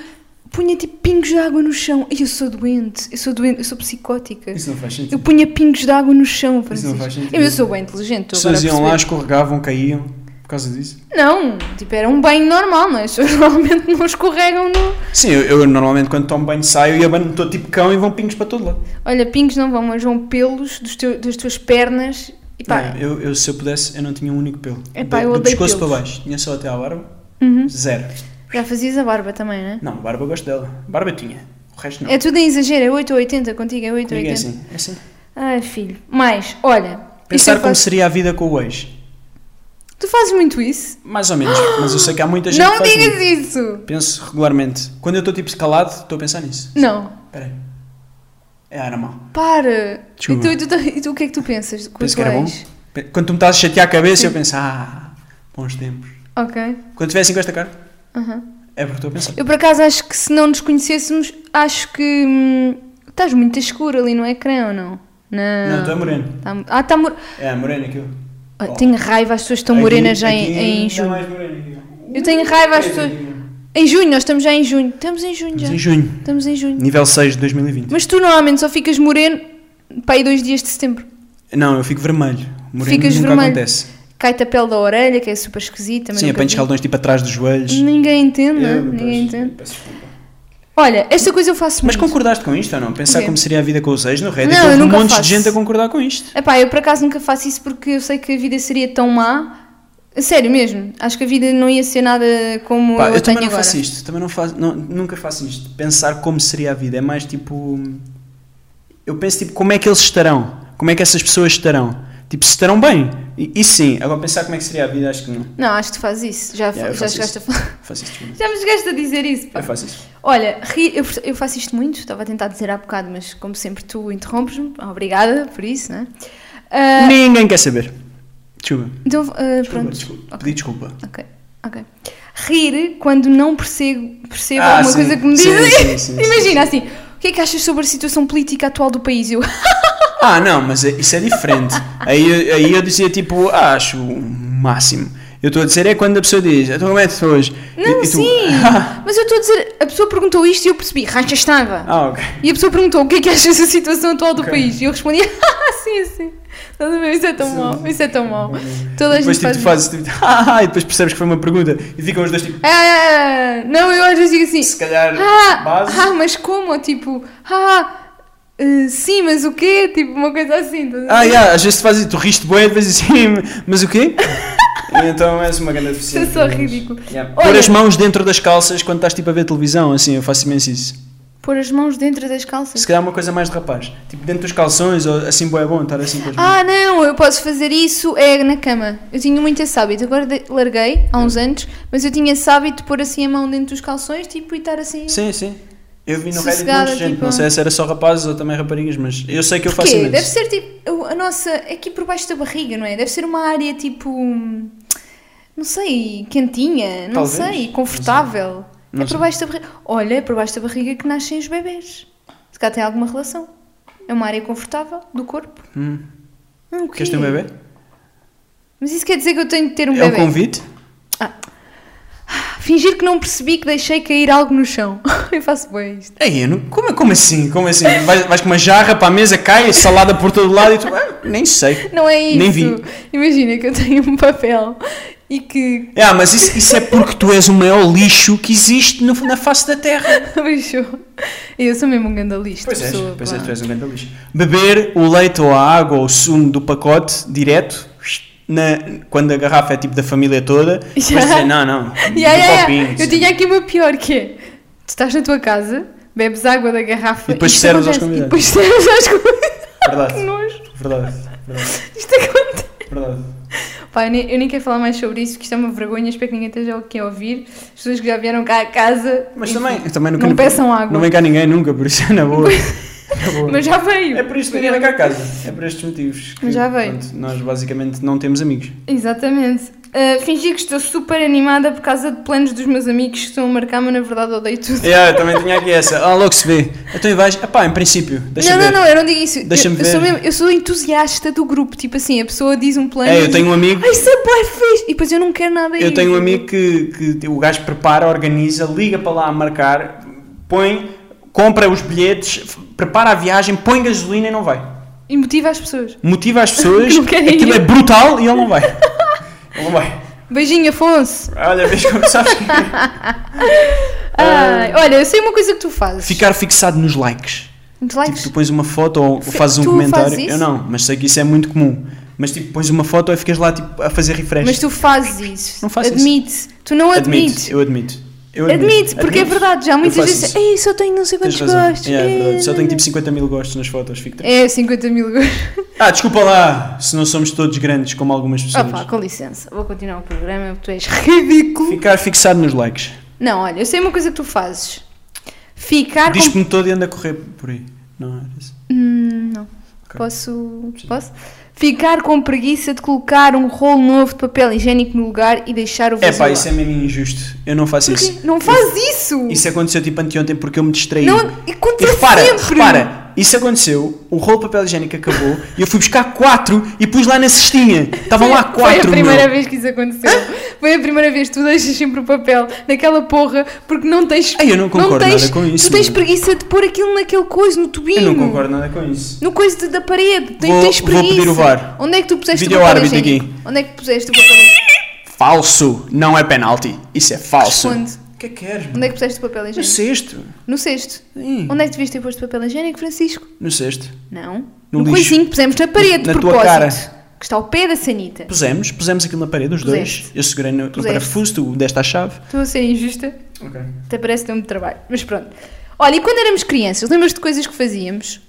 Speaker 1: punha tipo pingos de água no chão. Ai, eu sou doente, eu sou doente, eu sou psicótica.
Speaker 2: Isso não faz
Speaker 1: Eu
Speaker 2: sentido.
Speaker 1: punha pingos de água no chão,
Speaker 2: Isso não
Speaker 1: Francisco.
Speaker 2: faz sentido.
Speaker 1: Eu, eu sou bem inteligente, estou agora a
Speaker 2: Pessoas iam lá,
Speaker 1: perceber.
Speaker 2: escorregavam, caíam por causa disso.
Speaker 1: Não, tipo, era um banho normal, não é? As pessoas normalmente não escorregam no...
Speaker 2: Sim, eu, eu normalmente quando tomo banho saio e abano todo tipo cão e vão pingos para todo lado.
Speaker 1: Olha, pingos não vão, mas vão pelos dos teu- das tuas pernas e pá...
Speaker 2: Não, eu, eu, se eu pudesse, eu não tinha um único pelo.
Speaker 1: Epá,
Speaker 2: do
Speaker 1: eu
Speaker 2: do
Speaker 1: odeio
Speaker 2: pescoço
Speaker 1: pelos.
Speaker 2: para baixo. Tinha só até à barba.
Speaker 1: Uhum.
Speaker 2: Zero.
Speaker 1: Já fazias a barba também, não é?
Speaker 2: Não, barba eu gosto dela. Barba eu tinha. O resto não.
Speaker 1: É tudo em exagero, é 8 ou 80, contigo é 8 ou
Speaker 2: Comigo é
Speaker 1: 80.
Speaker 2: assim. É assim.
Speaker 1: Ai, filho. Mais, olha... isto eu
Speaker 2: Pensar como
Speaker 1: faço-
Speaker 2: seria a vida com o ex.
Speaker 1: Tu fazes muito isso?
Speaker 2: Mais ou menos. Mas eu sei que há muita gente que
Speaker 1: Não
Speaker 2: faz
Speaker 1: digas
Speaker 2: muito.
Speaker 1: isso!
Speaker 2: Penso regularmente. Quando eu estou tipo calado, estou a pensar nisso.
Speaker 1: Não,
Speaker 2: Espera aí. É, era mal.
Speaker 1: para! E
Speaker 2: Desculpa.
Speaker 1: tu, e tu- e tu o que é que tu pensas? com
Speaker 2: Penso
Speaker 1: o
Speaker 2: que era
Speaker 1: teu
Speaker 2: bom.
Speaker 1: ex?
Speaker 2: Pe- Quando tu me estás a chatear a cabeça,
Speaker 1: Sim.
Speaker 2: eu penso, ah, bons tempos.
Speaker 1: Ok,
Speaker 2: Quando estiver assim com esta cara,
Speaker 1: aham.
Speaker 2: é porque estou a pensar.
Speaker 1: Eu por acaso acho que se não nos conhecêssemos, acho que hum, estás muito escuro ali no ecrã ou não? Não.
Speaker 2: Não, tu é moreno.
Speaker 1: Tá mu- ah, está moreno.
Speaker 2: É, moreno aquilo. Oh.
Speaker 1: Tenho raiva, as pessoas estão
Speaker 2: Aqui-
Speaker 1: morenas já
Speaker 2: aqui
Speaker 1: em, em
Speaker 2: ainda é
Speaker 1: junho.
Speaker 2: mais moreno aqui.
Speaker 1: Eu tenho raiva, as
Speaker 2: É,
Speaker 1: pessoas-
Speaker 2: Estamos
Speaker 1: Em junho, nós estamos já em junho. Estamos em junho já.
Speaker 2: em junho.
Speaker 1: Estamos em junho.
Speaker 2: Nível 6 de 2020.
Speaker 1: Mas tu normalmente só ficas moreno para aí dois dias de setembro.
Speaker 2: Não, eu fico vermelho. Moreno
Speaker 1: Ficas
Speaker 2: nunca
Speaker 1: vermelho.
Speaker 2: acontece.
Speaker 1: Cai-te a pele da orelha, que é super esquisita.
Speaker 2: Sim, apanho escaldões tipo atrás dos joelhos.
Speaker 1: Ninguém entende, não é?
Speaker 2: Eu,
Speaker 1: Ninguém
Speaker 2: pois,
Speaker 1: entende.
Speaker 2: peço desculpa.
Speaker 1: Olha, esta coisa eu faço
Speaker 2: Mas
Speaker 1: muito.
Speaker 2: concordaste com isto ou não? Pensar
Speaker 1: O quê?
Speaker 2: como seria a vida com os ex no Reddit.
Speaker 1: Não, eu
Speaker 2: Houve um
Speaker 1: nunca
Speaker 2: monte
Speaker 1: faço.
Speaker 2: de gente a concordar com isto.
Speaker 1: Epá, eu por acaso nunca faço isso porque eu sei que a vida seria tão má. A Sério mesmo, acho que a vida não ia ser nada como
Speaker 2: Pá,
Speaker 1: eu,
Speaker 2: eu
Speaker 1: tenho
Speaker 2: também não
Speaker 1: agora.
Speaker 2: faço isto, também não faço, não- nunca faço isto. Pensar como seria a vida, é mais tipo. Eu penso tipo como é que eles estarão, como é que essas pessoas estarão. Tipo, se estarão bem. E, e sim, agora pensar como é que seria a vida, acho que não.
Speaker 1: Não, acho que tu fazes isso. Já,
Speaker 2: Yeah, eu
Speaker 1: já
Speaker 2: faço
Speaker 1: chegaste a
Speaker 2: isso. É.
Speaker 1: falar.
Speaker 2: Faço isto.
Speaker 1: Já me chegaste a dizer isso, pá.
Speaker 2: Eu faço isso.
Speaker 1: Olha, ri- eu, eu faço isto muito, estava a tentar dizer há bocado, mas como sempre tu interrompes-me. Obrigada por isso, né? Ah,
Speaker 2: Ninguém quer saber. Desculpa.
Speaker 1: então, ah,
Speaker 2: Desculpa,
Speaker 1: pronto.
Speaker 2: desculpa. Pedi desculpa.
Speaker 1: Ok, ok. Rir quando não percebo, percebo
Speaker 2: Ah,
Speaker 1: alguma
Speaker 2: sim.
Speaker 1: coisa que me
Speaker 2: Sim,
Speaker 1: dizem.
Speaker 2: sim, sim, sim,
Speaker 1: Imagina assim, o que é que achas sobre a situação política atual do país? Eu,
Speaker 2: Ah, não, mas é- isso é diferente. aí, eu- aí eu dizia tipo, ah, acho o máximo. Eu estou a dizer é quando a pessoa diz, então como é que hoje?
Speaker 1: Não, sim! Mas eu estou a dizer, a pessoa perguntou isto e eu percebi, racha estava.
Speaker 2: ah, ok.
Speaker 1: E a pessoa perguntou o que é que achas da situação atual do
Speaker 2: Ok.
Speaker 1: país? E eu respondi, ah, sim, sim. Estás a ver? Isso é tão mau, isso é tão mau. Toda a
Speaker 2: depois
Speaker 1: gente
Speaker 2: tipo,
Speaker 1: faz.
Speaker 2: tu
Speaker 1: isso.
Speaker 2: fazes tipo, ah, e depois percebes que foi uma pergunta e ficam os dois tipo,
Speaker 1: Ah, não, eu às vezes digo assim,
Speaker 2: se calhar,
Speaker 1: ah,
Speaker 2: base.
Speaker 1: ah, mas como? Ou tipo, ah, eh, sim, mas o quê? Tipo, uma coisa assim. estás a
Speaker 2: Ah,
Speaker 1: ver?
Speaker 2: yeah, às vezes tu fazes, tu riste bem, depois assim, mas o quê? E então és uma grande deficiente.
Speaker 1: Isso é só ridículo.
Speaker 2: Yeah.
Speaker 1: Olha-
Speaker 2: Pôr as mãos dentro das calças quando estás tipo a ver televisão, assim, eu faço imenso isso.
Speaker 1: Pôr as mãos dentro das calças.
Speaker 2: Se calhar é uma coisa mais de rapaz, tipo dentro dos calções, ou assim, boa é bom estar assim com as mãos.
Speaker 1: Ah, não, eu posso fazer isso é na cama. Eu tinha muito esse hábito, agora de- larguei há
Speaker 2: Hum.
Speaker 1: uns anos, mas eu tinha esse hábito de pôr assim a mão dentro dos calções tipo, e estar assim.
Speaker 2: Sim, sim. Eu vi no Reddit
Speaker 1: Sossegada,
Speaker 2: muita gente,
Speaker 1: tipo-
Speaker 2: não sei se era só rapazes ou também raparigas, mas eu sei que eu faço
Speaker 1: Porquê?
Speaker 2: imenso.
Speaker 1: Deve ser tipo eu- a nossa. aqui por baixo da barriga, não é? Deve ser uma área tipo. hum, não sei, quentinha, não
Speaker 2: Talvez,
Speaker 1: sei,
Speaker 2: não
Speaker 1: confortável.
Speaker 2: Não
Speaker 1: é por
Speaker 2: sei.
Speaker 1: baixo da barriga. Olha, é por baixo da barriga que nascem os bebês. Se cá tem alguma relação. É uma área confortável do corpo.
Speaker 2: Hum.
Speaker 1: Ah, o quê?
Speaker 2: Queres ter um bebê?
Speaker 1: Mas isso quer dizer que eu tenho de ter um
Speaker 2: é um
Speaker 1: bebê.
Speaker 2: convite?
Speaker 1: Fingir que não percebi que deixei cair algo no chão. eu faço bem isto.
Speaker 2: Ei, eu não- como, como assim? Como assim? Vais, vais com uma jarra para a mesa, cai, salada por todo lado e tu. "Ah, nem sei.
Speaker 1: Não é isso.
Speaker 2: Nem vi.
Speaker 1: Imagina que eu tenho um papel e que
Speaker 2: Ah, mas isso, isso é porque tu és o maior lixo que existe no- na face da Terra.
Speaker 1: baixou. Eu sou mesmo um gandalista.
Speaker 2: Pois és,
Speaker 1: pessoa,
Speaker 2: pois
Speaker 1: pá.
Speaker 2: és, tu és um grande lixo. Beber o leite ou a água ou o sumo do pacote direto, na- quando a garrafa é tipo da família toda, depois
Speaker 1: Já.
Speaker 2: dizer, não, não,
Speaker 1: Yeah,
Speaker 2: do
Speaker 1: yeah, yeah.
Speaker 2: copinho,
Speaker 1: Eu
Speaker 2: sim."
Speaker 1: tinha aqui uma pior que é. Tu estás na tua casa, bebes água da garrafa
Speaker 2: E depois
Speaker 1: isto
Speaker 2: serves aos
Speaker 1: acontece.
Speaker 2: convidados.
Speaker 1: E depois serves aos convidados.
Speaker 2: É Verdade.
Speaker 1: Que nojo.
Speaker 2: Verdade, verdade,
Speaker 1: Isto acontece.
Speaker 2: verdade.
Speaker 1: Pá, eu nem, eu nem quero falar mais sobre isso, que isto é uma vergonha. Espero que ninguém esteja aqui a ouvir. As pessoas que já vieram cá a casa.
Speaker 2: Mas
Speaker 1: enfim,
Speaker 2: também, também
Speaker 1: Não peçam água.
Speaker 2: Não vem cá ninguém nunca, por isso é na boa. boa.
Speaker 1: Mas já veio.
Speaker 2: É por isso que ninguém vem cá a casa. É por estes motivos. que,
Speaker 1: Já veio.
Speaker 2: pronto, nós basicamente não temos amigos.
Speaker 1: Exatamente. Ah, fingi que estou super animada por causa de planos dos meus amigos que estão a marcar, mas na verdade odeio tudo.
Speaker 2: Yeah, eu também tinha aqui essa. Ah, logo se vê. Então e vais. Ah, pá, em princípio. Deixa
Speaker 1: não,
Speaker 2: ver.
Speaker 1: não, não, eu não digo isso.
Speaker 2: Deixa-me
Speaker 1: eu, eu sou
Speaker 2: ver.
Speaker 1: mesmo- eu sou entusiasta do grupo. Tipo assim, a pessoa diz um plano.
Speaker 2: É,
Speaker 1: e
Speaker 2: eu
Speaker 1: diz,
Speaker 2: tenho um amigo.
Speaker 1: Ai, isso é bué fixe! E depois eu não quero nada
Speaker 2: Eu
Speaker 1: disso.
Speaker 2: tenho um amigo que, que o gajo prepara, organiza, liga para lá a marcar, põe, compra os bilhetes, f- prepara a viagem, põe gasolina e não vai.
Speaker 1: E motiva as pessoas.
Speaker 2: Motiva as pessoas,
Speaker 1: Que não querem
Speaker 2: aquilo
Speaker 1: ir.
Speaker 2: é brutal e ele não vai. Ele não vai.
Speaker 1: Beijinho, Afonso.
Speaker 2: Olha, vês como sabes que é Ah.
Speaker 1: Ai, olha, eu sei uma coisa que tu fazes.
Speaker 2: ficar fixado nos likes.
Speaker 1: Muito likes.
Speaker 2: Tipo, tu pões uma foto ou, ou
Speaker 1: Fe-
Speaker 2: fazes um
Speaker 1: tu
Speaker 2: comentário.
Speaker 1: fazes isso?
Speaker 2: Eu não, mas sei que isso é muito comum. Mas tipo, pões uma foto e ficas lá tipo, a fazer refresh.
Speaker 1: Mas tu fazes isso.
Speaker 2: Não faço isso.
Speaker 1: Admite. Tu não admites.
Speaker 2: admite, eu admito. Eu
Speaker 1: Admite, porque é verdade. Já
Speaker 2: Eu
Speaker 1: muitas
Speaker 2: faço
Speaker 1: vezes
Speaker 2: isso.
Speaker 1: dizem, ei, só tenho não sei
Speaker 2: Tens
Speaker 1: quantos
Speaker 2: razão.
Speaker 1: gostos.
Speaker 2: Yeah, é
Speaker 1: ei,
Speaker 2: verdade. Só
Speaker 1: não,
Speaker 2: tenho
Speaker 1: não."
Speaker 2: tipo 50 mil gostos nas fotos. Fico triste.
Speaker 1: É, 50 mil gostos.
Speaker 2: Ah, desculpa lá se não somos todos grandes como algumas pessoas.
Speaker 1: Opa, com licença. Vou continuar o programa porque tu és ridículo.
Speaker 2: Ficar fixado nos likes.
Speaker 1: Não, olha, eu sei uma coisa que tu fazes. Ficar com...
Speaker 2: Diz-me todo e anda a correr por aí. Não, era isso.
Speaker 1: Hum, não.
Speaker 2: Ok.
Speaker 1: Posso... Posso? Ficar com preguiça de colocar um rolo novo de papel higiênico no lugar e deixar o
Speaker 2: É
Speaker 1: vaso
Speaker 2: pá,
Speaker 1: lá.
Speaker 2: isso é mesmo injusto. Eu não faço
Speaker 1: Porquê?
Speaker 2: isso.
Speaker 1: Não faz isso!
Speaker 2: Isso aconteceu tipo anteontem porque eu me distraí.
Speaker 1: Não,
Speaker 2: E
Speaker 1: acontece
Speaker 2: repara,
Speaker 1: é sempre!
Speaker 2: repara, isso aconteceu, o rolo de papel higiênico acabou e eu fui buscar quatro e pus lá na cestinha. Estavam lá quatro,
Speaker 1: Foi a primeira
Speaker 2: meu.
Speaker 1: vez que isso aconteceu. Foi a primeira vez que tu deixas sempre o papel naquela porra porque não tens.
Speaker 2: Ei, eu não concordo
Speaker 1: tens,
Speaker 2: nada com isso,
Speaker 1: Tu tens
Speaker 2: meu.
Speaker 1: preguiça de pôr aquilo naquele coisa, no tubinho.
Speaker 2: Eu não concordo nada com isso.
Speaker 1: No coisa de- da parede. Tens,
Speaker 2: Vou-
Speaker 1: tens
Speaker 2: vou
Speaker 1: preguiça.
Speaker 2: pedir o VAR.
Speaker 1: Onde é que tu puseste
Speaker 2: Vídeo
Speaker 1: o papel
Speaker 2: árbitro
Speaker 1: higiênico? Onde é que puseste o papel
Speaker 2: Falso, não é penalti. Isso é falso.
Speaker 1: Responde.
Speaker 2: O que é que queres? meu?
Speaker 1: Onde é que puseste o papel
Speaker 2: No
Speaker 1: higiênico?
Speaker 2: sexto.
Speaker 1: No cesto.
Speaker 2: Sim.
Speaker 1: Onde é que devias ter posto o papel higiênico, Francisco?
Speaker 2: No sexto.
Speaker 1: Não.
Speaker 2: No lixo.
Speaker 1: coisinho que pusemos na parede, de
Speaker 2: Na tua
Speaker 1: propósito.
Speaker 2: cara.
Speaker 1: Que está ao pé da sanita.
Speaker 2: Pusemos, pusemos aquilo na parede, os
Speaker 1: Puseste.
Speaker 2: dois. Eu segurei no, no
Speaker 1: Puseste.
Speaker 2: parafuso, tu deste à chave.
Speaker 1: Estou a ser injusta.
Speaker 2: Ok.
Speaker 1: Até parece ter muito trabalho, mas pronto. Olha, e quando éramos crianças, lembras-te de coisas que fazíamos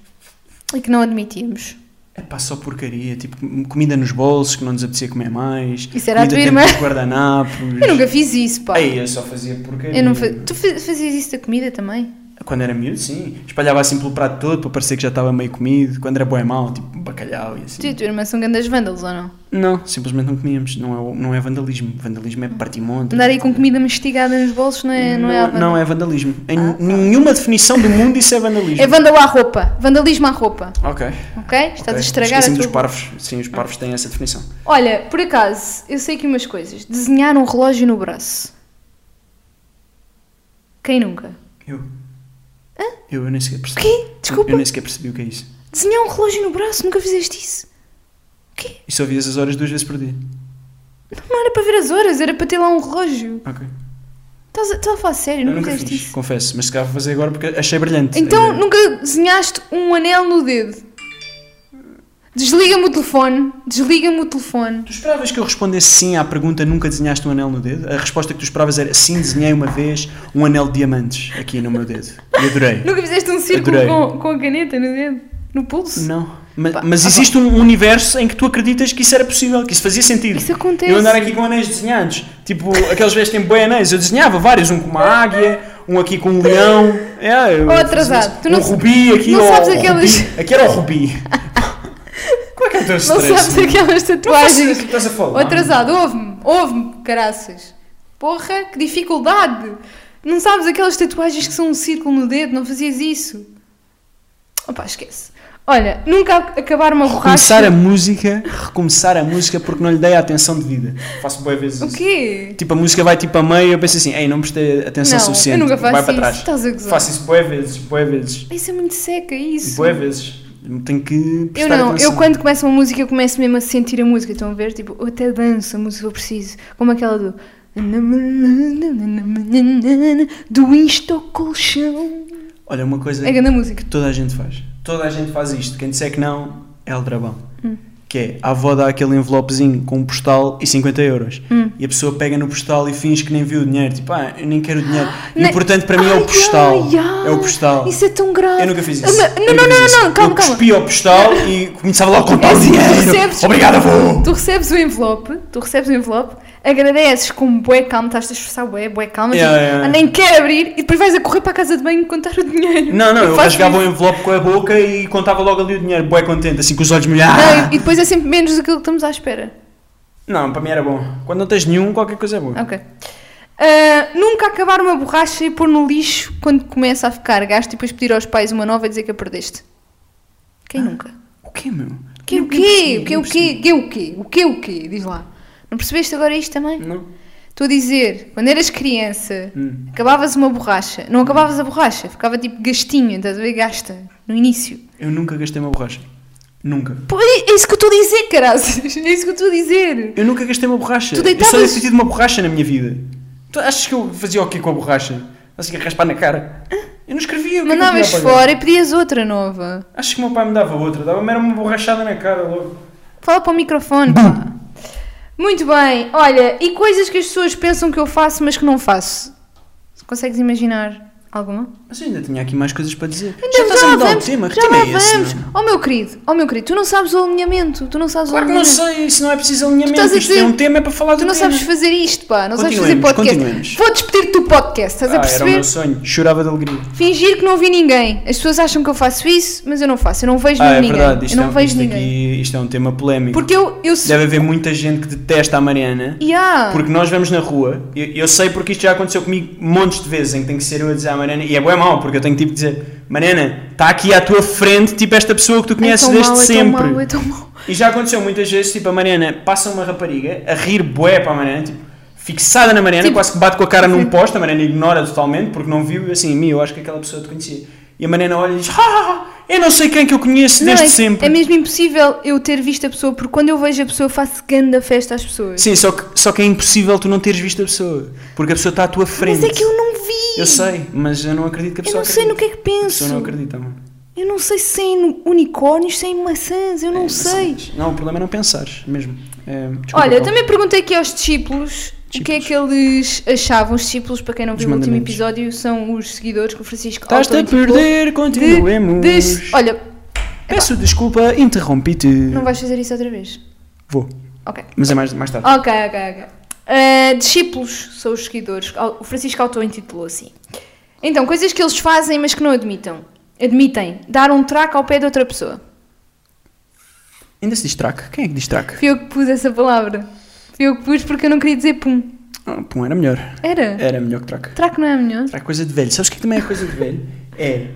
Speaker 1: e que não admitíamos?
Speaker 2: É pá, só porcaria. Tipo, comida nos bolsos que não nos apetecia comer mais.
Speaker 1: Isso era a
Speaker 2: comida
Speaker 1: tua
Speaker 2: dentro
Speaker 1: irmã.
Speaker 2: dos guardanapos.
Speaker 1: Eu nunca fiz isso, pá.
Speaker 2: Aí eu só fazia porcaria.
Speaker 1: Eu não fa- Tu fa- fazias isso da comida também?
Speaker 2: Quando era miúdo, sim. Espalhava assim pelo prato todo para parecer que já estava meio comido. Quando era bom e mau, tipo bacalhau e assim.
Speaker 1: Tu e a tua irmã são grandes vândalos ou não?
Speaker 2: Não, simplesmente não comíamos. Não é, o- não é vandalismo. Vandalismo é partir monte.
Speaker 1: Andar aí com comida mastigada nos bolsos não é, não é à
Speaker 2: não
Speaker 1: vanda-
Speaker 2: é vandalismo. Em nenhuma definição do mundo isso é vandalismo.
Speaker 1: É vândalo à roupa, vandalismo à roupa,
Speaker 2: Ok.
Speaker 1: ok? Estás a estragar
Speaker 2: ok.
Speaker 1: a
Speaker 2: Esqueci-me
Speaker 1: tua
Speaker 2: dos parvos. Sim, os parvos têm essa definição.
Speaker 1: Olha, por acaso, eu sei aqui umas coisas. Desenhar um relógio no braço. Quem nunca?
Speaker 2: Eu. Eu, eu nem sequer percebi.
Speaker 1: Quê? Desculpa.
Speaker 2: Eu nem sequer percebi o que é isso.
Speaker 1: Desenhar um relógio no braço? Nunca fizeste isso? O quê?
Speaker 2: E só vias as horas duas vezes por dia.
Speaker 1: Não era para ver as horas, era para ter lá um relógio.
Speaker 2: Ok.
Speaker 1: Estás a, estás a falar sério,
Speaker 2: Eu
Speaker 1: não
Speaker 2: nunca
Speaker 1: fizeste
Speaker 2: fiz,
Speaker 1: isso.
Speaker 2: confesso. Mas se calhar vou fazer agora porque achei brilhante.
Speaker 1: Então
Speaker 2: Ainda-
Speaker 1: nunca desenhaste um anel no dedo. Desliga-me o telefone, desliga-me o telefone.
Speaker 2: Tu esperavas que eu respondesse sim à pergunta nunca desenhaste um anel no dedo? A resposta que tu esperavas era sim, desenhei uma vez um anel de diamantes aqui no meu dedo. E adorei.
Speaker 1: Nunca fizeste um círculo
Speaker 2: Adorei.
Speaker 1: com, com a caneta no dedo, no pulso?
Speaker 2: Não. Ma-
Speaker 1: Pá,
Speaker 2: Mas,
Speaker 1: ah, pá.
Speaker 2: existe um universo em que tu acreditas que isso era possível, que isso fazia sentido.
Speaker 1: Isso acontece.
Speaker 2: Eu andar aqui com anéis desenhados. Tipo, aqueles vezes têm boi anéis. Eu desenhava vários, um com uma águia, um aqui com um leão. É, eu
Speaker 1: Oh, atrasado,
Speaker 2: fazia-
Speaker 1: tu não
Speaker 2: um
Speaker 1: sa-
Speaker 2: rubi aqui.
Speaker 1: não
Speaker 2: oh,
Speaker 1: sabes
Speaker 2: rubi.
Speaker 1: aquelas-
Speaker 2: Aqui era o rubi. Como é que é o teu
Speaker 1: Não
Speaker 2: stress?
Speaker 1: sabes
Speaker 2: mano?
Speaker 1: aquelas
Speaker 2: Não faço
Speaker 1: tatuagens?
Speaker 2: isso que estás a falar.
Speaker 1: Ô, atrasado, ouve-me, ouve-me, caraças. Porra, que dificuldade! Não sabes aquelas tatuagens que são um círculo no dedo? Não fazias isso? Opa, esquece. Olha, nunca ac- acabar uma borracha.
Speaker 2: Recomeçar a música, recomeçar a música porque não lhe dei a atenção devida. Faço boas vezes
Speaker 1: O
Speaker 2: isso.
Speaker 1: quê?
Speaker 2: Tipo, a música vai tipo a meio e eu penso assim, ei, não prestei atenção
Speaker 1: Não,
Speaker 2: suficiente.
Speaker 1: eu nunca faço
Speaker 2: vai para
Speaker 1: isso. Tá
Speaker 2: trás.
Speaker 1: Estás a gozar.
Speaker 2: Faço isso boas vezes, boas vezes.
Speaker 1: Isso é muito seca, isso.
Speaker 2: Boa vezes. Tenho que
Speaker 1: Eu
Speaker 2: prestar
Speaker 1: não,
Speaker 2: atenção.
Speaker 1: eu quando começo uma música eu começo mesmo a sentir a música, estão a ver? Tipo, eu até danço a música que eu preciso, como aquela do do Insta ao colchão.
Speaker 2: Olha, uma coisa
Speaker 1: É grande a música.
Speaker 2: que toda a gente faz. Toda a gente faz isto. Quem disser que não, é o drabão.
Speaker 1: Hum.
Speaker 2: Que é, a avó dá aquele envelopezinho com um postal e 50 euros.
Speaker 1: Hum.
Speaker 2: E a pessoa pega no postal e finge que nem viu o dinheiro. Tipo, ah, eu nem quero o dinheiro. O
Speaker 1: Ne-
Speaker 2: importante para mim é
Speaker 1: Ai,
Speaker 2: o postal.
Speaker 1: ai, ai,
Speaker 2: é o postal.
Speaker 1: Isso é tão grave.
Speaker 2: Eu nunca fiz
Speaker 1: Ah,
Speaker 2: isso.
Speaker 1: mas-
Speaker 2: Eu
Speaker 1: Não,
Speaker 2: nunca
Speaker 1: não,
Speaker 2: fiz
Speaker 1: não,
Speaker 2: isso.
Speaker 1: não, calma,
Speaker 2: eu
Speaker 1: calma.
Speaker 2: cuspi ao postal e começava logo a
Speaker 1: É
Speaker 2: contar o
Speaker 1: assim, tu
Speaker 2: dinheiro.
Speaker 1: recebes-
Speaker 2: Obrigado, avô!
Speaker 1: Tu recebes o envelope, tu recebes o envelope, agradeces com bué calma, estás a esforçar bué, bué calma,
Speaker 2: Yeah,
Speaker 1: tipo,
Speaker 2: yeah.
Speaker 1: "Ah, nem quer abrir e depois vais a correr para a casa de banho contar o dinheiro.
Speaker 2: Não, não, eu
Speaker 1: faço
Speaker 2: rasgava o
Speaker 1: isso.
Speaker 2: envelope com a boca e contava logo ali o dinheiro, bué contente, assim com os olhos
Speaker 1: Não,
Speaker 2: molhados.
Speaker 1: e, e depois é sempre menos do que estamos à espera.
Speaker 2: Não, para mim era bom. Quando não tens nenhum, qualquer coisa é boa.
Speaker 1: Ok. Ah, nunca acabar uma borracha e pôr no lixo quando começa a ficar gasto e depois pedir aos pais uma nova e dizer que a perdeste. Quem
Speaker 2: Ah.
Speaker 1: nunca?
Speaker 2: O quê, meu?
Speaker 1: Que é o quê? O quê? O quê? O quê? O quê? O quê? O quê? Diz lá. Não percebeste agora isto também?
Speaker 2: Não.
Speaker 1: Estou a dizer, quando eras criança,
Speaker 2: Hum.
Speaker 1: acabavas uma borracha. Não acabavas a borracha, ficava tipo gastinho, estás a ver? Gasta, no início.
Speaker 2: Eu nunca gastei uma borracha. Nunca.
Speaker 1: Pô, é é isso que eu estou a dizer, caras. É isso que eu estou a dizer.
Speaker 2: Eu nunca gastei uma borracha.
Speaker 1: Tu
Speaker 2: Eu só
Speaker 1: deitavas-
Speaker 2: deve ter tido uma borracha na minha vida. Tu achas que eu fazia o quê com a borracha? Assim, a raspar na cara? Eu não escrevia. o que é que eu
Speaker 1: Mandavas
Speaker 2: tinha a pagar?
Speaker 1: fora e pedias outra nova.
Speaker 2: Achas que o meu pai me dava outra? Dava-me era uma borrachada na cara logo.
Speaker 1: Fala para o microfone, pá. Muito bem, olha, e coisas que as pessoas pensam que eu faço, mas que não faço? Consegues imaginar alguma?
Speaker 2: Mas eu ainda tinha aqui mais coisas para dizer.
Speaker 1: Então,
Speaker 2: já estás a mudar
Speaker 1: vamos,
Speaker 2: o tema? Que
Speaker 1: já
Speaker 2: tema
Speaker 1: lá
Speaker 2: é esse?
Speaker 1: vamos.
Speaker 2: meu?
Speaker 1: Oh meu querido, oh meu querido, tu não sabes o alinhamento, tu não sabes
Speaker 2: Claro
Speaker 1: o
Speaker 2: que não
Speaker 1: alinhamento.
Speaker 2: sei, isso não é preciso alinhamento.
Speaker 1: Tu estás a
Speaker 2: Isto é
Speaker 1: dizer-
Speaker 2: um tema, é para falar do
Speaker 1: Tu não
Speaker 2: tema.
Speaker 1: sabes fazer isto, pá, não sabes fazer
Speaker 2: Continuemos,
Speaker 1: podcast.
Speaker 2: continuemos.
Speaker 1: Vou despedir-te do podcast, estás a
Speaker 2: Ah, era o meu
Speaker 1: perceber?
Speaker 2: sonho. Chorava de alegria.
Speaker 1: Fingir que não ouvi ninguém. As pessoas acham que eu faço isso, mas eu não faço, eu não vejo
Speaker 2: Ah, é
Speaker 1: ninguém.
Speaker 2: verdade. Isto,
Speaker 1: eu não
Speaker 2: é, um-
Speaker 1: vejo
Speaker 2: isto,
Speaker 1: ninguém.
Speaker 2: aqui, isto é um tema polémico.
Speaker 1: Porque eu, eu sou.
Speaker 2: Deve haver muita gente que detesta a Mariana.
Speaker 1: Yeah.
Speaker 2: Porque nós vamos na rua, eu, eu sei porque isto já aconteceu comigo montes de vezes em que tenho que ser eu a dizer à Mariana, e é bom é mau, porque eu tenho tipo de dizer, Mariana, está aqui à tua frente, tipo esta pessoa que tu
Speaker 1: É
Speaker 2: conheces
Speaker 1: tão
Speaker 2: desde
Speaker 1: mau, é tão
Speaker 2: sempre.
Speaker 1: mau, é tão mau.
Speaker 2: E já aconteceu muitas vezes, tipo, a Mariana passa uma rapariga a rir bué para a Mariana, tipo, fixada na Mariana,
Speaker 1: Tipo-
Speaker 2: quase que bate com a cara num poste, a Mariana ignora totalmente porque não viu, e assim, "Mi, eu acho que aquela pessoa te conhecia. E a Mariana olha e diz, "Ha, ha, ha, eu não sei quem que eu conheço
Speaker 1: Não,
Speaker 2: desde
Speaker 1: é,
Speaker 2: sempre.
Speaker 1: é mesmo impossível eu ter visto a pessoa, porque quando eu vejo a pessoa, eu faço grande festa às pessoas.
Speaker 2: Sim, só que, só que é impossível tu não teres visto a pessoa, porque a pessoa está à tua frente.
Speaker 1: Mas é que eu não vi!
Speaker 2: Eu sei, mas eu não acredito que a
Speaker 1: Eu
Speaker 2: pessoa
Speaker 1: não sei no que é que
Speaker 2: A
Speaker 1: penso.
Speaker 2: pessoa não acredita, mano.
Speaker 1: Eu não sei se sem unicórnios, sem maçãs,
Speaker 2: É,
Speaker 1: eu não sei.
Speaker 2: Não, o problema é não pensares, mesmo. É, desculpa,
Speaker 1: Olha, eu
Speaker 2: Paulo.
Speaker 1: também perguntei aqui aos discípulos o que é que eles achavam. Os discípulos, para quem não viu
Speaker 2: Dos
Speaker 1: o último
Speaker 2: mandamentos.
Speaker 1: episódio, são os seguidores que o Francisco
Speaker 2: Estás-te a
Speaker 1: Alton intitulou
Speaker 2: perder, continuemos.
Speaker 1: tipo, de- de- Olha,
Speaker 2: Peço desculpa, interrompi-te.
Speaker 1: não vais fazer isso outra vez.
Speaker 2: Vou,
Speaker 1: Ok.
Speaker 2: mas é mais, mais tarde.
Speaker 1: Ok, ok, ok. Uh, discípulos são os seguidores. O Francisco Autor intitulou assim. Então, coisas que eles fazem, mas que não admitam. Admitem. Dar um traco ao pé de outra pessoa.
Speaker 2: Ainda se diz traque. Quem é que diz traque?
Speaker 1: Fui eu que pus essa palavra. Fui eu que pus porque eu não queria dizer pum.
Speaker 2: Ah, pum, era melhor.
Speaker 1: Era.
Speaker 2: Era melhor que traque.
Speaker 1: Traco não é melhor?
Speaker 2: Traque é coisa de velho. Sabes o que é que também é coisa de velho? É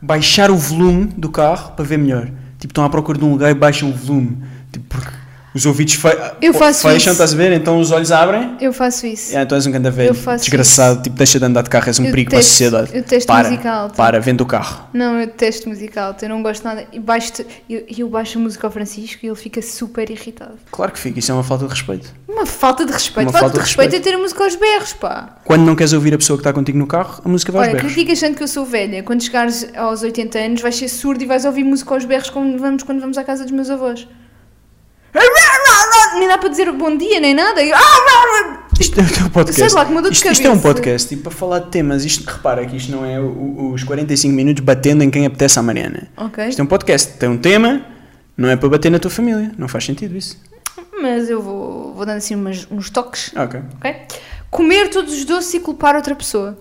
Speaker 2: baixar o volume do carro para ver melhor. Tipo, estão à procura de um lugar e baixam o volume. Tipo, porque os ouvidos fe...
Speaker 1: Eu faço
Speaker 2: fecham,
Speaker 1: isso.
Speaker 2: estás a ver? Então os olhos abrem
Speaker 1: Eu faço isso.
Speaker 2: É, tu és um ganda velho,
Speaker 1: Eu faço
Speaker 2: desgraçado, tipo, deixa de andar de carro, és um
Speaker 1: Eu
Speaker 2: perigo para a
Speaker 1: detesto-
Speaker 2: sociedade.
Speaker 1: eu detesto
Speaker 2: para,
Speaker 1: música alta.
Speaker 2: Para, vende o carro.
Speaker 1: Não, eu detesto música alta. Eu não gosto nada. E baixo, eu, eu baixo a música ao Francisco e ele fica super irritado.
Speaker 2: Claro que fica, isso é uma falta de respeito.
Speaker 1: Uma falta de respeito.
Speaker 2: Uma
Speaker 1: falta,
Speaker 2: falta
Speaker 1: de
Speaker 2: de
Speaker 1: respeito é
Speaker 2: respeito.
Speaker 1: ter a música aos berros, pá.
Speaker 2: Quando não queres ouvir a pessoa que está contigo no carro, a música vai aos
Speaker 1: Olha,
Speaker 2: berros.
Speaker 1: criticas tanto que eu sou velha. Quando chegares aos 80 anos, vais ser surdo e vais ouvir música aos berros como vamos, quando vamos à casa dos meus avós. Nem dá para dizer bom dia, nem nada. Eu- "Ah,
Speaker 2: Isto é o teu podcast.
Speaker 1: Sei lá, que mudou de
Speaker 2: isto, isto é um
Speaker 1: cabeça.
Speaker 2: podcast, tipo, para falar de temas. Isto, repara que isto não é o- o- os 45 minutos batendo em quem apetece à Mariana.
Speaker 1: Ok,
Speaker 2: Isto é um podcast, tem um tema, não é para bater na tua família. Não faz sentido isso. um-
Speaker 1: mas eu vou, vou dando assim umas- uns toques.
Speaker 2: Ah, Ok.
Speaker 1: Ok? Comer todos os doces e culpar outra pessoa.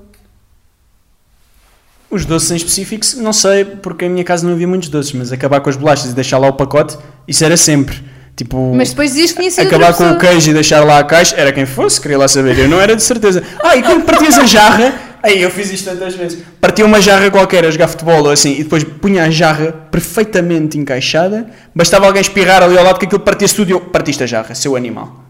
Speaker 2: Os doces em específico, se- não sei, porque em minha casa não havia muitos doces, mas acabar com as bolachas e deixar lá o pacote, isso era sempre. Tipo,
Speaker 1: Mas depois diz que tinha sido
Speaker 2: acabar
Speaker 1: outra
Speaker 2: com
Speaker 1: pessoa.
Speaker 2: o queijo e deixar lá a caixa, era quem fosse, queria lá saber, eu não era de certeza. Ah, e quando partias a jarra, aí eu fiz isto tantas vezes, partia uma jarra qualquer a jogar futebol ou assim, e depois punha a jarra perfeitamente encaixada, bastava alguém espirrar ali ao lado que aquilo partia-se tudo e eu, partiste a jarra, seu animal.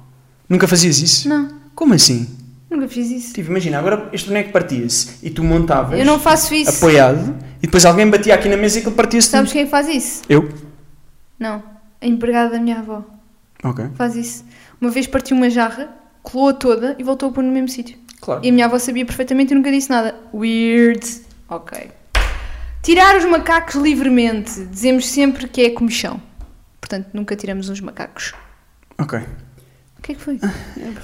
Speaker 2: Nunca fazias isso?
Speaker 1: Não,
Speaker 2: Como assim?
Speaker 1: nunca fiz isso.
Speaker 2: Tipo, imagina, agora este boneco partia-se e tu montavas,
Speaker 1: Eu não faço isso.
Speaker 2: apoiado, e depois alguém batia aqui na mesa e aquilo partia-se tudo.
Speaker 1: Sabes quem faz isso?
Speaker 2: Eu?
Speaker 1: Não, a empregada da minha avó
Speaker 2: Ok.
Speaker 1: faz isso. Uma vez partiu uma jarra, colou-a toda e voltou a pôr no mesmo sítio.
Speaker 2: Claro.
Speaker 1: E a minha avó sabia perfeitamente e nunca disse nada. Weird. Ok. Tirar os macacos livremente. Dizemos sempre que é comichão. Portanto, nunca tiramos uns macacos.
Speaker 2: Ok.
Speaker 1: O que é que foi?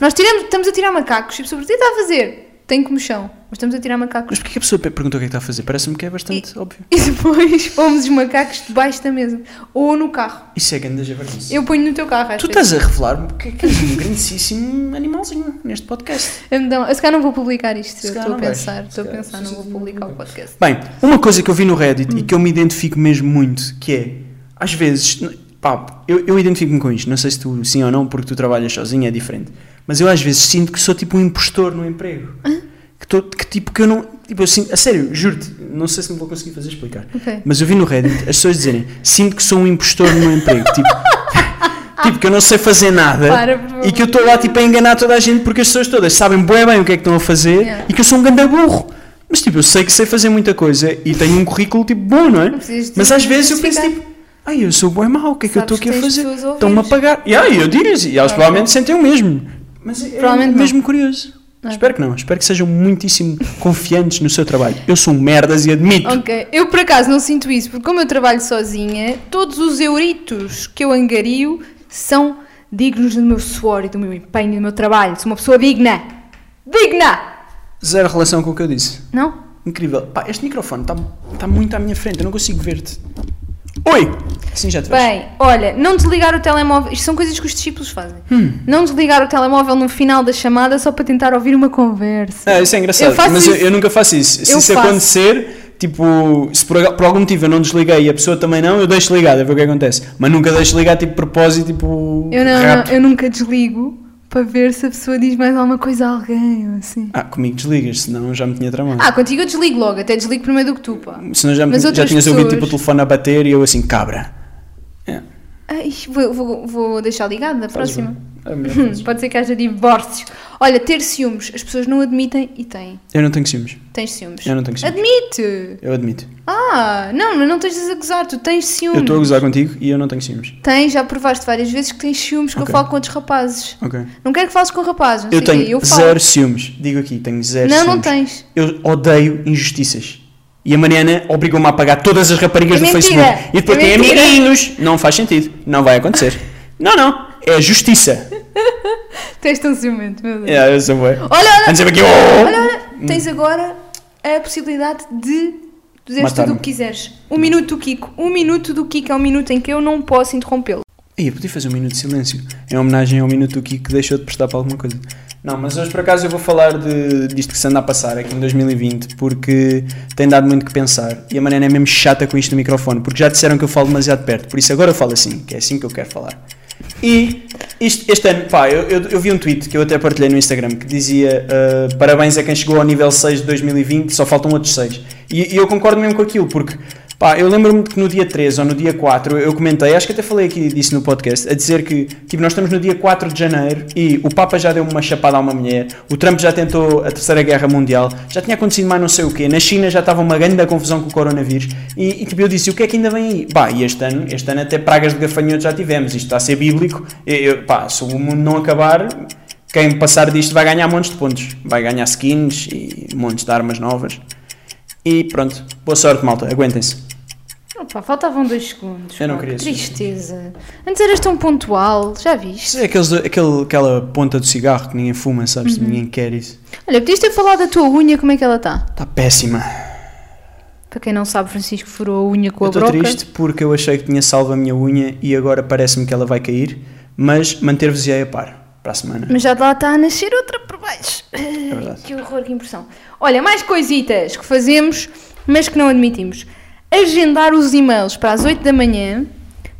Speaker 1: Nós tiramos, estamos a tirar macacos e a pessoa pergunta, "O que está a fazer? tem comichão, mas estamos a tirar macacos.
Speaker 2: Mas porquê que a pessoa pe- perguntou o que é que está a fazer? Parece-me que é bastante óbvio.
Speaker 1: E depois pomos os macacos debaixo da mesa. Ou no carro.
Speaker 2: Isso é grande javardice.
Speaker 1: Eu ponho no teu carro, às
Speaker 2: Tu
Speaker 1: vezes.
Speaker 2: estás a revelar-me que, que és um grandíssimo animalzinho neste podcast.
Speaker 1: Então, se calhar não vou publicar isto.
Speaker 2: Se
Speaker 1: eu
Speaker 2: calhar
Speaker 1: Estou a
Speaker 2: não vais.
Speaker 1: pensar,
Speaker 2: Se
Speaker 1: estou a
Speaker 2: calhar- um
Speaker 1: pensar,
Speaker 2: se-
Speaker 1: não vou
Speaker 2: se-
Speaker 1: publicar o podcast.
Speaker 2: Bem, uma coisa que eu vi no Reddit e que eu me identifico mesmo muito, que é, às vezes, n- pá, eu, eu identifico-me com isto, não sei se tu sim ou não, porque tu trabalhas sozinho, é diferente, mas eu às vezes sinto que sou tipo um impostor no emprego. Que, tô- que tipo, que eu não, tipo, eu sinto, a sério, juro-te, não sei se me vou conseguir fazer explicar,
Speaker 1: Ok.
Speaker 2: mas eu vi no Reddit as pessoas dizerem, sinto que sou um impostor no meu emprego, tipo... Tipo, que eu não sei fazer nada
Speaker 1: Para, por favor.
Speaker 2: e que eu estou lá tipo a enganar toda a gente porque as pessoas todas sabem bem bem o que é que estão a fazer
Speaker 1: Yeah.
Speaker 2: e que eu sou um ganda burro. Mas tipo, eu sei que sei fazer muita coisa e tenho um currículo tipo bom, não é?
Speaker 1: precisas de
Speaker 2: Mas às vezes eu penso
Speaker 1: justificar.
Speaker 2: tipo, ai eu sou bem mau, o que é que eu
Speaker 1: Sabes
Speaker 2: estou aqui
Speaker 1: que
Speaker 2: a
Speaker 1: tens
Speaker 2: fazer?
Speaker 1: pessoas a
Speaker 2: Estão-me a
Speaker 1: ouvir-nos.
Speaker 2: pagar. E ai, eu digo-lhes, e elas
Speaker 1: É.
Speaker 2: provavelmente sentem o mesmo. Mas é
Speaker 1: Provavelmente não. É.
Speaker 2: mesmo curioso.
Speaker 1: Não.
Speaker 2: Espero que não, espero que sejam muitíssimo confiantes no seu trabalho. Eu sou um merdas e admito.
Speaker 1: Ok, eu por acaso não sinto isso, porque como eu trabalho sozinha, todos os euritos que eu angario são dignos do meu suor e do meu empenho e do meu trabalho. Sou uma pessoa digna. Digna!
Speaker 2: Zero relação com o que eu disse.
Speaker 1: Não?
Speaker 2: Incrível. Pá, este microfone está muito à minha frente, eu não consigo ver-te. Oi! Sim, já te vejo.
Speaker 1: Bem, olha, não desligar o telemóvel. Isto são coisas que os discípulos fazem.
Speaker 2: Hum.
Speaker 1: Não desligar o telemóvel no final da chamada só para tentar ouvir uma conversa.
Speaker 2: Ah, isso é engraçado,
Speaker 1: Eu faço
Speaker 2: mas eu,
Speaker 1: isso.
Speaker 2: eu nunca faço isso. Se
Speaker 1: Eu
Speaker 2: isso
Speaker 1: faço.
Speaker 2: acontecer, tipo, se por, por algum motivo eu não desliguei e a pessoa também não, eu deixo ligado, a ver o que acontece. Mas nunca deixo ligado, tipo, de propósito, tipo.
Speaker 1: Eu, não,
Speaker 2: rápido.
Speaker 1: não, eu nunca desligo para ver se a pessoa diz mais alguma coisa a alguém ou assim.
Speaker 2: Ah, comigo desligas, senão já me tinha tramado.
Speaker 1: Ah, contigo eu desligo logo, até desligo primeiro do que tu, pá.
Speaker 2: senão já, me,
Speaker 1: mas
Speaker 2: já
Speaker 1: outras
Speaker 2: tinhas ouvido tipo, o
Speaker 1: pessoas-
Speaker 2: telefone a bater e eu assim, cabra. É,
Speaker 1: Ai, Ah, vou, vou- vou deixar ligado da
Speaker 2: fazes
Speaker 1: próxima. Hum.
Speaker 2: bem. É melhor fazer.
Speaker 1: Pode ser que haja divórcios. Olha, ter ciúmes. As pessoas não admitem e têm.
Speaker 2: eu não tenho ciúmes.
Speaker 1: Tens ciúmes.
Speaker 2: Eu não tenho ciúmes.
Speaker 1: Admite!
Speaker 2: Eu admito.
Speaker 1: Ah, não, mas não tens de acusar. Tu tens ciúmes.
Speaker 2: Eu estou a gozar contigo e eu não tenho ciúmes.
Speaker 1: Tens, já provaste várias vezes que tens ciúmes que
Speaker 2: Ok.
Speaker 1: eu falo com outros rapazes.
Speaker 2: Ok.
Speaker 1: Não quero que fales com rapazes, não sei
Speaker 2: Eu
Speaker 1: o quê.
Speaker 2: tenho
Speaker 1: Eu falo.
Speaker 2: zero ciúmes. Digo aqui, tenho zero
Speaker 1: não,
Speaker 2: ciúmes.
Speaker 1: não tens.
Speaker 2: Eu odeio injustiças. E a Mariana obrigou-me a apagar todas as raparigas
Speaker 1: É
Speaker 2: do
Speaker 1: mentira.
Speaker 2: Facebook. E depois
Speaker 1: É
Speaker 2: tem
Speaker 1: mentira.
Speaker 2: amiguinhos. Não faz sentido. Não vai acontecer. não, não. É justiça.
Speaker 1: Tens tão ciumento, meu Deus.
Speaker 2: É, eu sou bué.
Speaker 1: Olha, olha,
Speaker 2: Antes eu aqui.
Speaker 1: olha,
Speaker 2: Oh!
Speaker 1: olha. Tens agora a possibilidade de dizeres tudo
Speaker 2: Matar-me.
Speaker 1: o que quiseres. Um minuto do Kiko. Um minuto do Kiko é um minuto em que eu não posso interrompê-lo.
Speaker 2: Ih, eu podia fazer um minuto de silêncio. Em homenagem ao minuto aqui que deixou de prestar para alguma coisa. Não, mas hoje por acaso eu vou falar de, disto que se anda a passar aqui em 2020 porque tem dado muito que pensar e a Mariana é mesmo chata com isto no microfone porque já disseram que eu falo demasiado perto, por isso agora eu falo assim, que é assim que eu quero falar. E isto- este ano, pá, eu, eu- eu vi um tweet que eu até partilhei no Instagram que dizia ah, parabéns a quem chegou ao nível 6 de 2020, só faltam outros 6. E, e eu concordo mesmo com aquilo porque, pá, eu lembro-me que no dia 3 ou no dia 4 eu comentei, acho que até falei aqui disso no podcast, a dizer que, tipo, nós estamos no dia 4 de janeiro e o Papa já deu uma chapada a uma mulher, É, o Trump já tentou a Terceira Guerra Mundial, já tinha acontecido mais não sei o quê, na China já estava uma grande confusão com o coronavírus e, e tipo, eu disse, o que é que ainda vem aí? Pá, e este ano, este ano até pragas de gafanhoto já tivemos, isto está a ser bíblico, eu, eu- pá, se o mundo não acabar, quem passar disto vai ganhar montes de pontos, vai ganhar skins e montes de armas novas e pronto, boa sorte malta, aguentem-se.
Speaker 1: Opa, faltavam dois segundos.
Speaker 2: Eu não
Speaker 1: pá,
Speaker 2: queria
Speaker 1: que
Speaker 2: esses
Speaker 1: Tristeza. Antes eras tão pontual, já viste?
Speaker 2: Isso é aqueles, aquele, aquela ponta do cigarro que ninguém fuma, sabes? Ninguém quer isso.
Speaker 1: Olha, podias ter falado da tua unha, como é que ela está?
Speaker 2: Está péssima.
Speaker 1: Para quem não sabe, Francisco furou a unha com
Speaker 2: eu
Speaker 1: a
Speaker 2: estou
Speaker 1: broca.
Speaker 2: triste porque eu achei que tinha salvo a minha unha e agora parece-me que ela vai cair, mas manter-vos-ei a par para a semana.
Speaker 1: Mas já de lá está a nascer outra por baixo.
Speaker 2: É verdade.
Speaker 1: que horror, que impressão. Olha, mais coisitas que fazemos, mas que não admitimos. Agendar os e-mails para as 8 da manhã,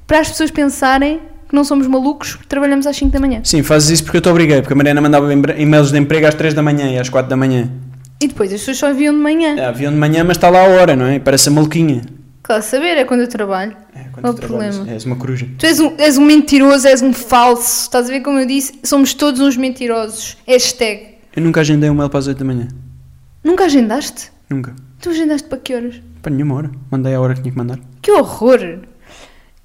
Speaker 1: para as pessoas pensarem que não somos malucos porque trabalhamos às 5 da manhã.
Speaker 2: Sim, fazes isso porque eu te obriguei, porque a Mariana mandava embra- e-mails de emprego às 3 da manhã e às 4 da manhã.
Speaker 1: E depois as pessoas só enviam de manhã.
Speaker 2: É, avião de manhã, mas está lá a hora, não é? Parece a maluquinha.
Speaker 1: Claro, saber é quando eu trabalho.
Speaker 2: É, quando
Speaker 1: Qual o
Speaker 2: tu trabalhas,
Speaker 1: problema?
Speaker 2: És uma coruja.
Speaker 1: Tu és um, és um mentiroso, és um falso. Estás a ver como eu disse? Somos todos uns mentirosos. Hashtag.
Speaker 2: Eu nunca agendei um mail para as 8 da manhã.
Speaker 1: Nunca agendaste?
Speaker 2: Nunca.
Speaker 1: Tu agendaste para que horas?
Speaker 2: Para nenhuma hora. Mandei a hora que tinha que mandar.
Speaker 1: Que horror!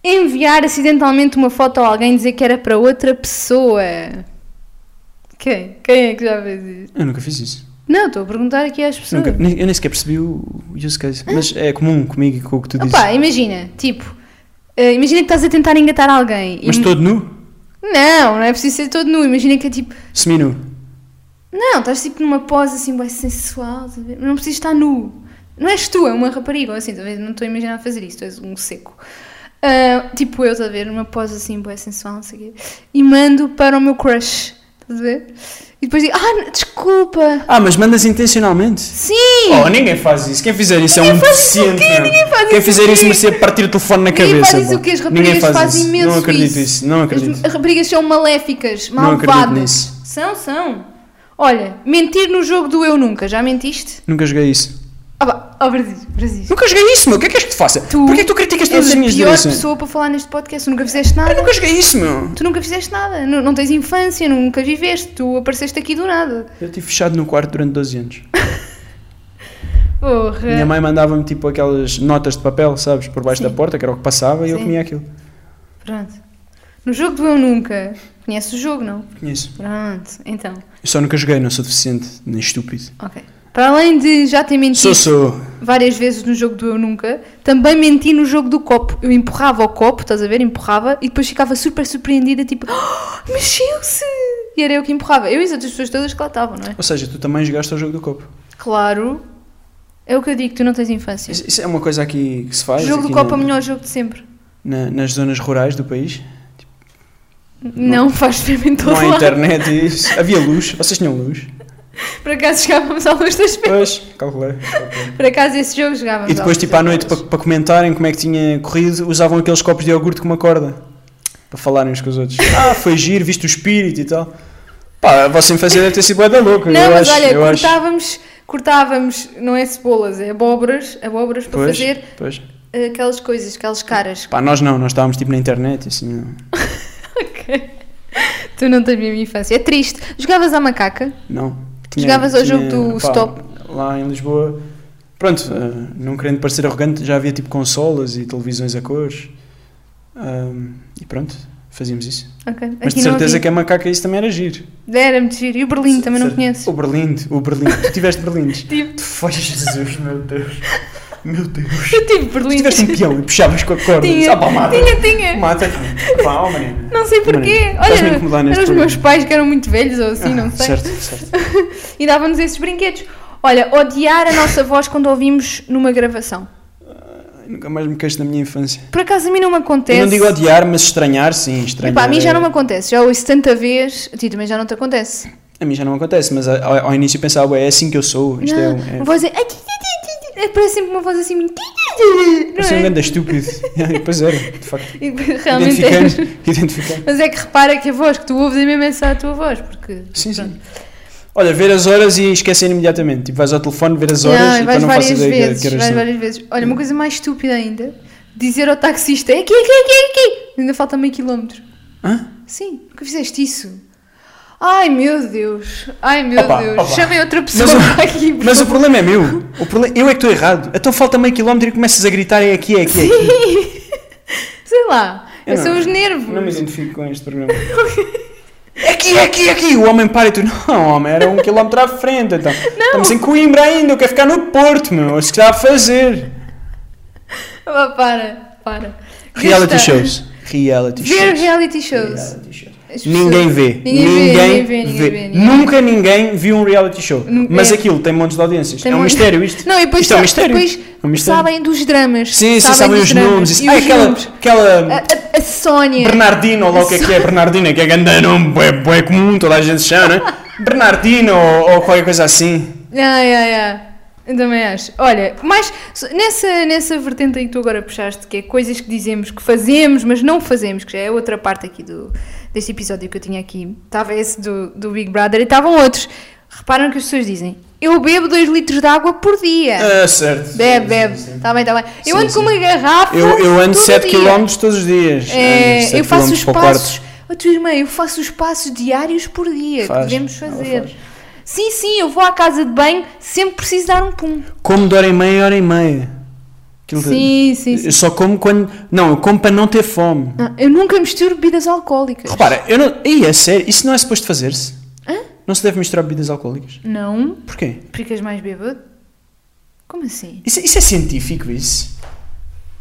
Speaker 1: Enviar acidentalmente uma foto a alguém e dizer que era para outra pessoa. Quem? Quem é que já fez isso?
Speaker 2: Eu nunca fiz isso.
Speaker 1: Não, estou a perguntar aqui às pessoas.
Speaker 2: Nunca, nem- eu nem sequer percebi o o use case. Mas é comum comigo e com o que tu dizes.
Speaker 1: Opa, imagina, tipo, eh, imagina que estás a tentar engatar alguém. e-
Speaker 2: Mas todo nu?
Speaker 1: Não, não é preciso ser todo nu. Imagina que é tipo,
Speaker 2: Seminu.
Speaker 1: Não, estás tipo numa pose assim bem sensual, estás a ver? não precisas estar nu. Não és tu, é uma rapariga, ou assim, talvez não estou a imaginar fazer isso, tu és um seco. Ah, tipo eu, estás a ver, numa pose assim bem sensual, não sei o quê. E mando para o meu crush, estás a ver? E depois digo, ah, desculpa.
Speaker 2: Ah, mas mandas intencionalmente?
Speaker 1: Sim!
Speaker 2: Oh, ninguém faz isso. Quem fizer isso é
Speaker 1: Ninguém
Speaker 2: um
Speaker 1: faz isso o
Speaker 2: deficiente.
Speaker 1: quê?
Speaker 2: meu.
Speaker 1: Ninguém faz
Speaker 2: Quem
Speaker 1: isso
Speaker 2: fizer
Speaker 1: o
Speaker 2: isso
Speaker 1: quê?
Speaker 2: merecia partir o telefone na
Speaker 1: Ninguém
Speaker 2: cabeça.
Speaker 1: faz isso
Speaker 2: pá.
Speaker 1: o que as
Speaker 2: Ninguém
Speaker 1: raparigas
Speaker 2: faz
Speaker 1: fazem
Speaker 2: isso.
Speaker 1: imenso
Speaker 2: Não acredito isso. Não
Speaker 1: As
Speaker 2: acredito.
Speaker 1: m- raparigas são maléficas,
Speaker 2: Não acredito
Speaker 1: malvadas.
Speaker 2: nisso.
Speaker 1: São, são. Olha, mentir no jogo do eu nunca, já mentiste?
Speaker 2: Nunca joguei isso.
Speaker 1: Ah, pá, oh, Brasil, Brasil.
Speaker 2: Nunca joguei isso, meu. O que é que és que te faça?
Speaker 1: Tu
Speaker 2: Porquê é que tu criticas todas
Speaker 1: és
Speaker 2: as minhas
Speaker 1: a pior
Speaker 2: direções?
Speaker 1: pessoa para falar neste podcast, tu nunca fizeste
Speaker 2: Eu
Speaker 1: nada.
Speaker 2: nunca joguei isso, meu.
Speaker 1: Tu nunca fizeste nada, não, não tens infância, nunca viveste, tu apareceste aqui do nada.
Speaker 2: Eu estive fechado no quarto durante 12 anos.
Speaker 1: Porra.
Speaker 2: Minha mãe mandava-me tipo aquelas notas de papel, sabes, por baixo
Speaker 1: Sim.
Speaker 2: da porta, que era o que passava, e eu
Speaker 1: Sim.
Speaker 2: comia aquilo.
Speaker 1: Pronto. No jogo do eu nunca. Conheces o jogo, não?
Speaker 2: Conheço.
Speaker 1: Pronto, então.
Speaker 2: Eu só nunca joguei, não sou deficiente, nem estúpido.
Speaker 1: Ok. Para além de já ter
Speaker 2: Sou,
Speaker 1: mentido
Speaker 2: sou.
Speaker 1: várias vezes no jogo do Eu Nunca, também menti no jogo do copo. Eu empurrava o copo, estás a ver? Empurrava e depois ficava super surpreendida, tipo, "Oh, mexeu-se! E era eu que empurrava. Eu e as outras pessoas todas que lá estavam, não é?
Speaker 2: Ou seja, tu também jogaste ao jogo do copo.
Speaker 1: Claro. É o que eu digo, tu não tens infância.
Speaker 2: Isso, isso é uma coisa aqui que se faz.
Speaker 1: jogo do
Speaker 2: aqui
Speaker 1: copo é
Speaker 2: na-
Speaker 1: o melhor jogo de sempre.
Speaker 2: na- nas zonas rurais do país.
Speaker 1: Não, faz experimento em todo
Speaker 2: Não há
Speaker 1: lado.
Speaker 2: internet e isso. Havia luz. Vocês tinham luz?
Speaker 1: Por acaso jogávamos à luz das pedras.
Speaker 2: Pois, calculei.
Speaker 1: Por acaso esse jogo jogávamos
Speaker 2: E depois,
Speaker 1: à luz
Speaker 2: tipo,
Speaker 1: das
Speaker 2: à noite,
Speaker 1: velas.
Speaker 2: para, para comentarem como é que tinha corrido, usavam aqueles copos de iogurte com uma corda. Para falarem uns com os outros. Ah, foi giro, viste o espírito e tal. Pá, a vossa infância deve ter sido bué da louca.
Speaker 1: Não,
Speaker 2: eu
Speaker 1: mas
Speaker 2: acho,
Speaker 1: olha, tá-
Speaker 2: eu acho.
Speaker 1: cortávamos, cortávamos, não é cebolas, é abóboras, abóboras para
Speaker 2: Pois,
Speaker 1: fazer
Speaker 2: pois.
Speaker 1: eh, aquelas coisas, aquelas caras.
Speaker 2: Pá, nós não, nós estávamos tipo na internet, assim. não.
Speaker 1: Ok. Tu não tens mesmo infância. É triste. Jogavas à macaca?
Speaker 2: Não.
Speaker 1: Jogavas ao jogo do stop?
Speaker 2: Lá em Lisboa, pronto, eh, não querendo parecer arrogante, já havia tipo consolas e televisões a cores. Ahm, e pronto, fazíamos isso.
Speaker 1: Ok.
Speaker 2: Mas de certeza que a macaca isso também era giro.
Speaker 1: que... Era-me de giro. E o Berlim também não
Speaker 2: Cer-
Speaker 1: conheço.
Speaker 2: O Berlinde, o Berlinde. Tu tiveste Berlindes?
Speaker 1: Tive.
Speaker 2: Tu foi, Jesus, meu Deus. Meu Deus.
Speaker 1: Eu tive
Speaker 2: Tu
Speaker 1: Berlim.
Speaker 2: tiveste um peão e puxavas com a corda.
Speaker 1: Tinha,
Speaker 2: Ah, pá, mata.
Speaker 1: tinha, tinha.
Speaker 2: Mata. Pá, oh, menina.
Speaker 1: Não sei porquê.
Speaker 2: Maria, estás-me a
Speaker 1: Olha,
Speaker 2: incomodar
Speaker 1: eram
Speaker 2: neste
Speaker 1: os meus
Speaker 2: programa.
Speaker 1: pais que eram muito velhos ou assim, não
Speaker 2: Ah,
Speaker 1: sei.
Speaker 2: Certo, certo.
Speaker 1: E davam-nos esses brinquedos. Olha, odiar a nossa voz quando ouvimos numa gravação.
Speaker 2: Ai, Nunca mais me queixo da minha infância.
Speaker 1: Por acaso a mim não me acontece.
Speaker 2: Eu não digo odiar, mas estranhar, sim, estranhar. é
Speaker 1: Epá, a mim já não me acontece. Já ouço tanta vez. A ti também já não te acontece.
Speaker 2: A mim já não me acontece, mas ao, ao início eu pensava, "Ué, é assim que eu sou. Isto
Speaker 1: não,
Speaker 2: é, um- é,
Speaker 1: uma voz é... Parece sempre uma voz assim muito.
Speaker 2: eu sou um grande estúpido. E pois era, de facto.
Speaker 1: é? E depois realmente é.
Speaker 2: Identificando, identificando.
Speaker 1: Mas é que repara que a voz que tu ouves é mesmo essa a tua voz, porque.
Speaker 2: Sim, sim. Olha, ver as horas e esquecer imediatamente. Tipo, vais ao telefone, ver as horas
Speaker 1: Não,
Speaker 2: e
Speaker 1: vais
Speaker 2: depois não
Speaker 1: várias
Speaker 2: faço ideia que-
Speaker 1: vezes.
Speaker 2: que assim. Hum. horas
Speaker 1: vais
Speaker 2: são.
Speaker 1: várias vezes. Olha, uma coisa mais estúpida ainda: dizer ao taxista: é aqui, aqui, aqui, aqui. Ainda falta meio quilómetro.
Speaker 2: Hã?
Speaker 1: Sim, nunca fizeste isso. Ai meu Deus, ai meu
Speaker 2: Opa,
Speaker 1: Deus,
Speaker 2: opa.
Speaker 1: chamem outra pessoa
Speaker 2: Mas o-
Speaker 1: para aqui. por
Speaker 2: Mas o
Speaker 1: favor.
Speaker 2: problema é meu. O problema, eu é que estou errado. Então falta meio quilómetro e começas a gritar é aqui, é aqui, é aqui.
Speaker 1: Sei lá,
Speaker 2: Eu não-
Speaker 1: são os nervos.
Speaker 2: Não me identifico com este programa. É aqui, é aqui, é aqui. O homem para e tu, não, homem, era um quilómetro à frente. Então. Estamos em Coimbra ainda, eu quero ficar no Porto, meu. Isso que está a fazer.
Speaker 1: Ah, para, para.
Speaker 2: Reality
Speaker 1: Gastar-
Speaker 2: shows. Reality
Speaker 1: Ver
Speaker 2: shows.
Speaker 1: reality shows.
Speaker 2: Reality shows.
Speaker 1: As
Speaker 2: Ninguém
Speaker 1: pessoas-
Speaker 2: vê.
Speaker 1: Ninguém, vê, ninguém vê, ninguém vê. ninguém vê.
Speaker 2: Nunca ninguém viu um reality show.
Speaker 1: Nunca-
Speaker 2: Mas
Speaker 1: é.
Speaker 2: aquilo tem montes de audiências.
Speaker 1: Tem
Speaker 2: é um
Speaker 1: montes-
Speaker 2: mistério isto.
Speaker 1: Não, e depois,
Speaker 2: isto é um
Speaker 1: sa-
Speaker 2: mistério.
Speaker 1: depois
Speaker 2: É um mistério.
Speaker 1: sabem dos dramas.
Speaker 2: Sim, sim, sabem
Speaker 1: dos
Speaker 2: os
Speaker 1: dramas
Speaker 2: nomes. isso.
Speaker 1: e os
Speaker 2: Ah, aquela,
Speaker 1: nomes. A,
Speaker 2: aquela
Speaker 1: a- a Sónia.
Speaker 2: Bernardina, ou lá o que é que é Bernardina, que é grande nome, é, bué comum, toda a gente se chama, não é? Bernardina ou, ou qualquer coisa assim.
Speaker 1: Ai, ai, ai. Eu também acho. Olha, mas so- nessa, nessa vertente aí que tu agora puxaste, que é coisas que dizemos que fazemos, mas não fazemos, que já é outra parte aqui do, deste episódio que eu tinha aqui. Estava esse do, do Big Brother e estavam outros. Reparam que as pessoas dizem: Eu bebo 2 litros de água por dia.
Speaker 2: Ah, certo.
Speaker 1: É. bebe,
Speaker 2: Sim,
Speaker 1: bebe.
Speaker 2: sim, sim.
Speaker 1: Está bem, está bem. Eu
Speaker 2: Sim,
Speaker 1: ando com
Speaker 2: sim.
Speaker 1: uma garrafa.
Speaker 2: Eu, eu ando
Speaker 1: todo
Speaker 2: 7
Speaker 1: dia.
Speaker 2: km todos os dias.
Speaker 1: É,
Speaker 2: Ando sete
Speaker 1: eu faço os
Speaker 2: quilómetros para o quarto.
Speaker 1: passos. Oh, tu irmã, eu faço os passos diários por dia
Speaker 2: Faz,
Speaker 1: que devemos
Speaker 2: ela
Speaker 1: fazer.
Speaker 2: faz.
Speaker 1: Sim, sim, eu vou à casa de banho, sempre preciso dar um pum.
Speaker 2: Como de hora e meia, hora e meia. Aquilo de-
Speaker 1: Sim, sim, sim.
Speaker 2: Eu só como quando. Não, eu como para não ter fome.
Speaker 1: Ah, eu nunca misturo bebidas alcoólicas.
Speaker 2: Repara, eu não. Ei, é sério, isso não é suposto fazer-se? Não se deve misturar bebidas alcoólicas?
Speaker 1: Não,
Speaker 2: Porquê?
Speaker 1: ficas mais bêbado. Como assim?
Speaker 2: Isso, isso é científico, isso?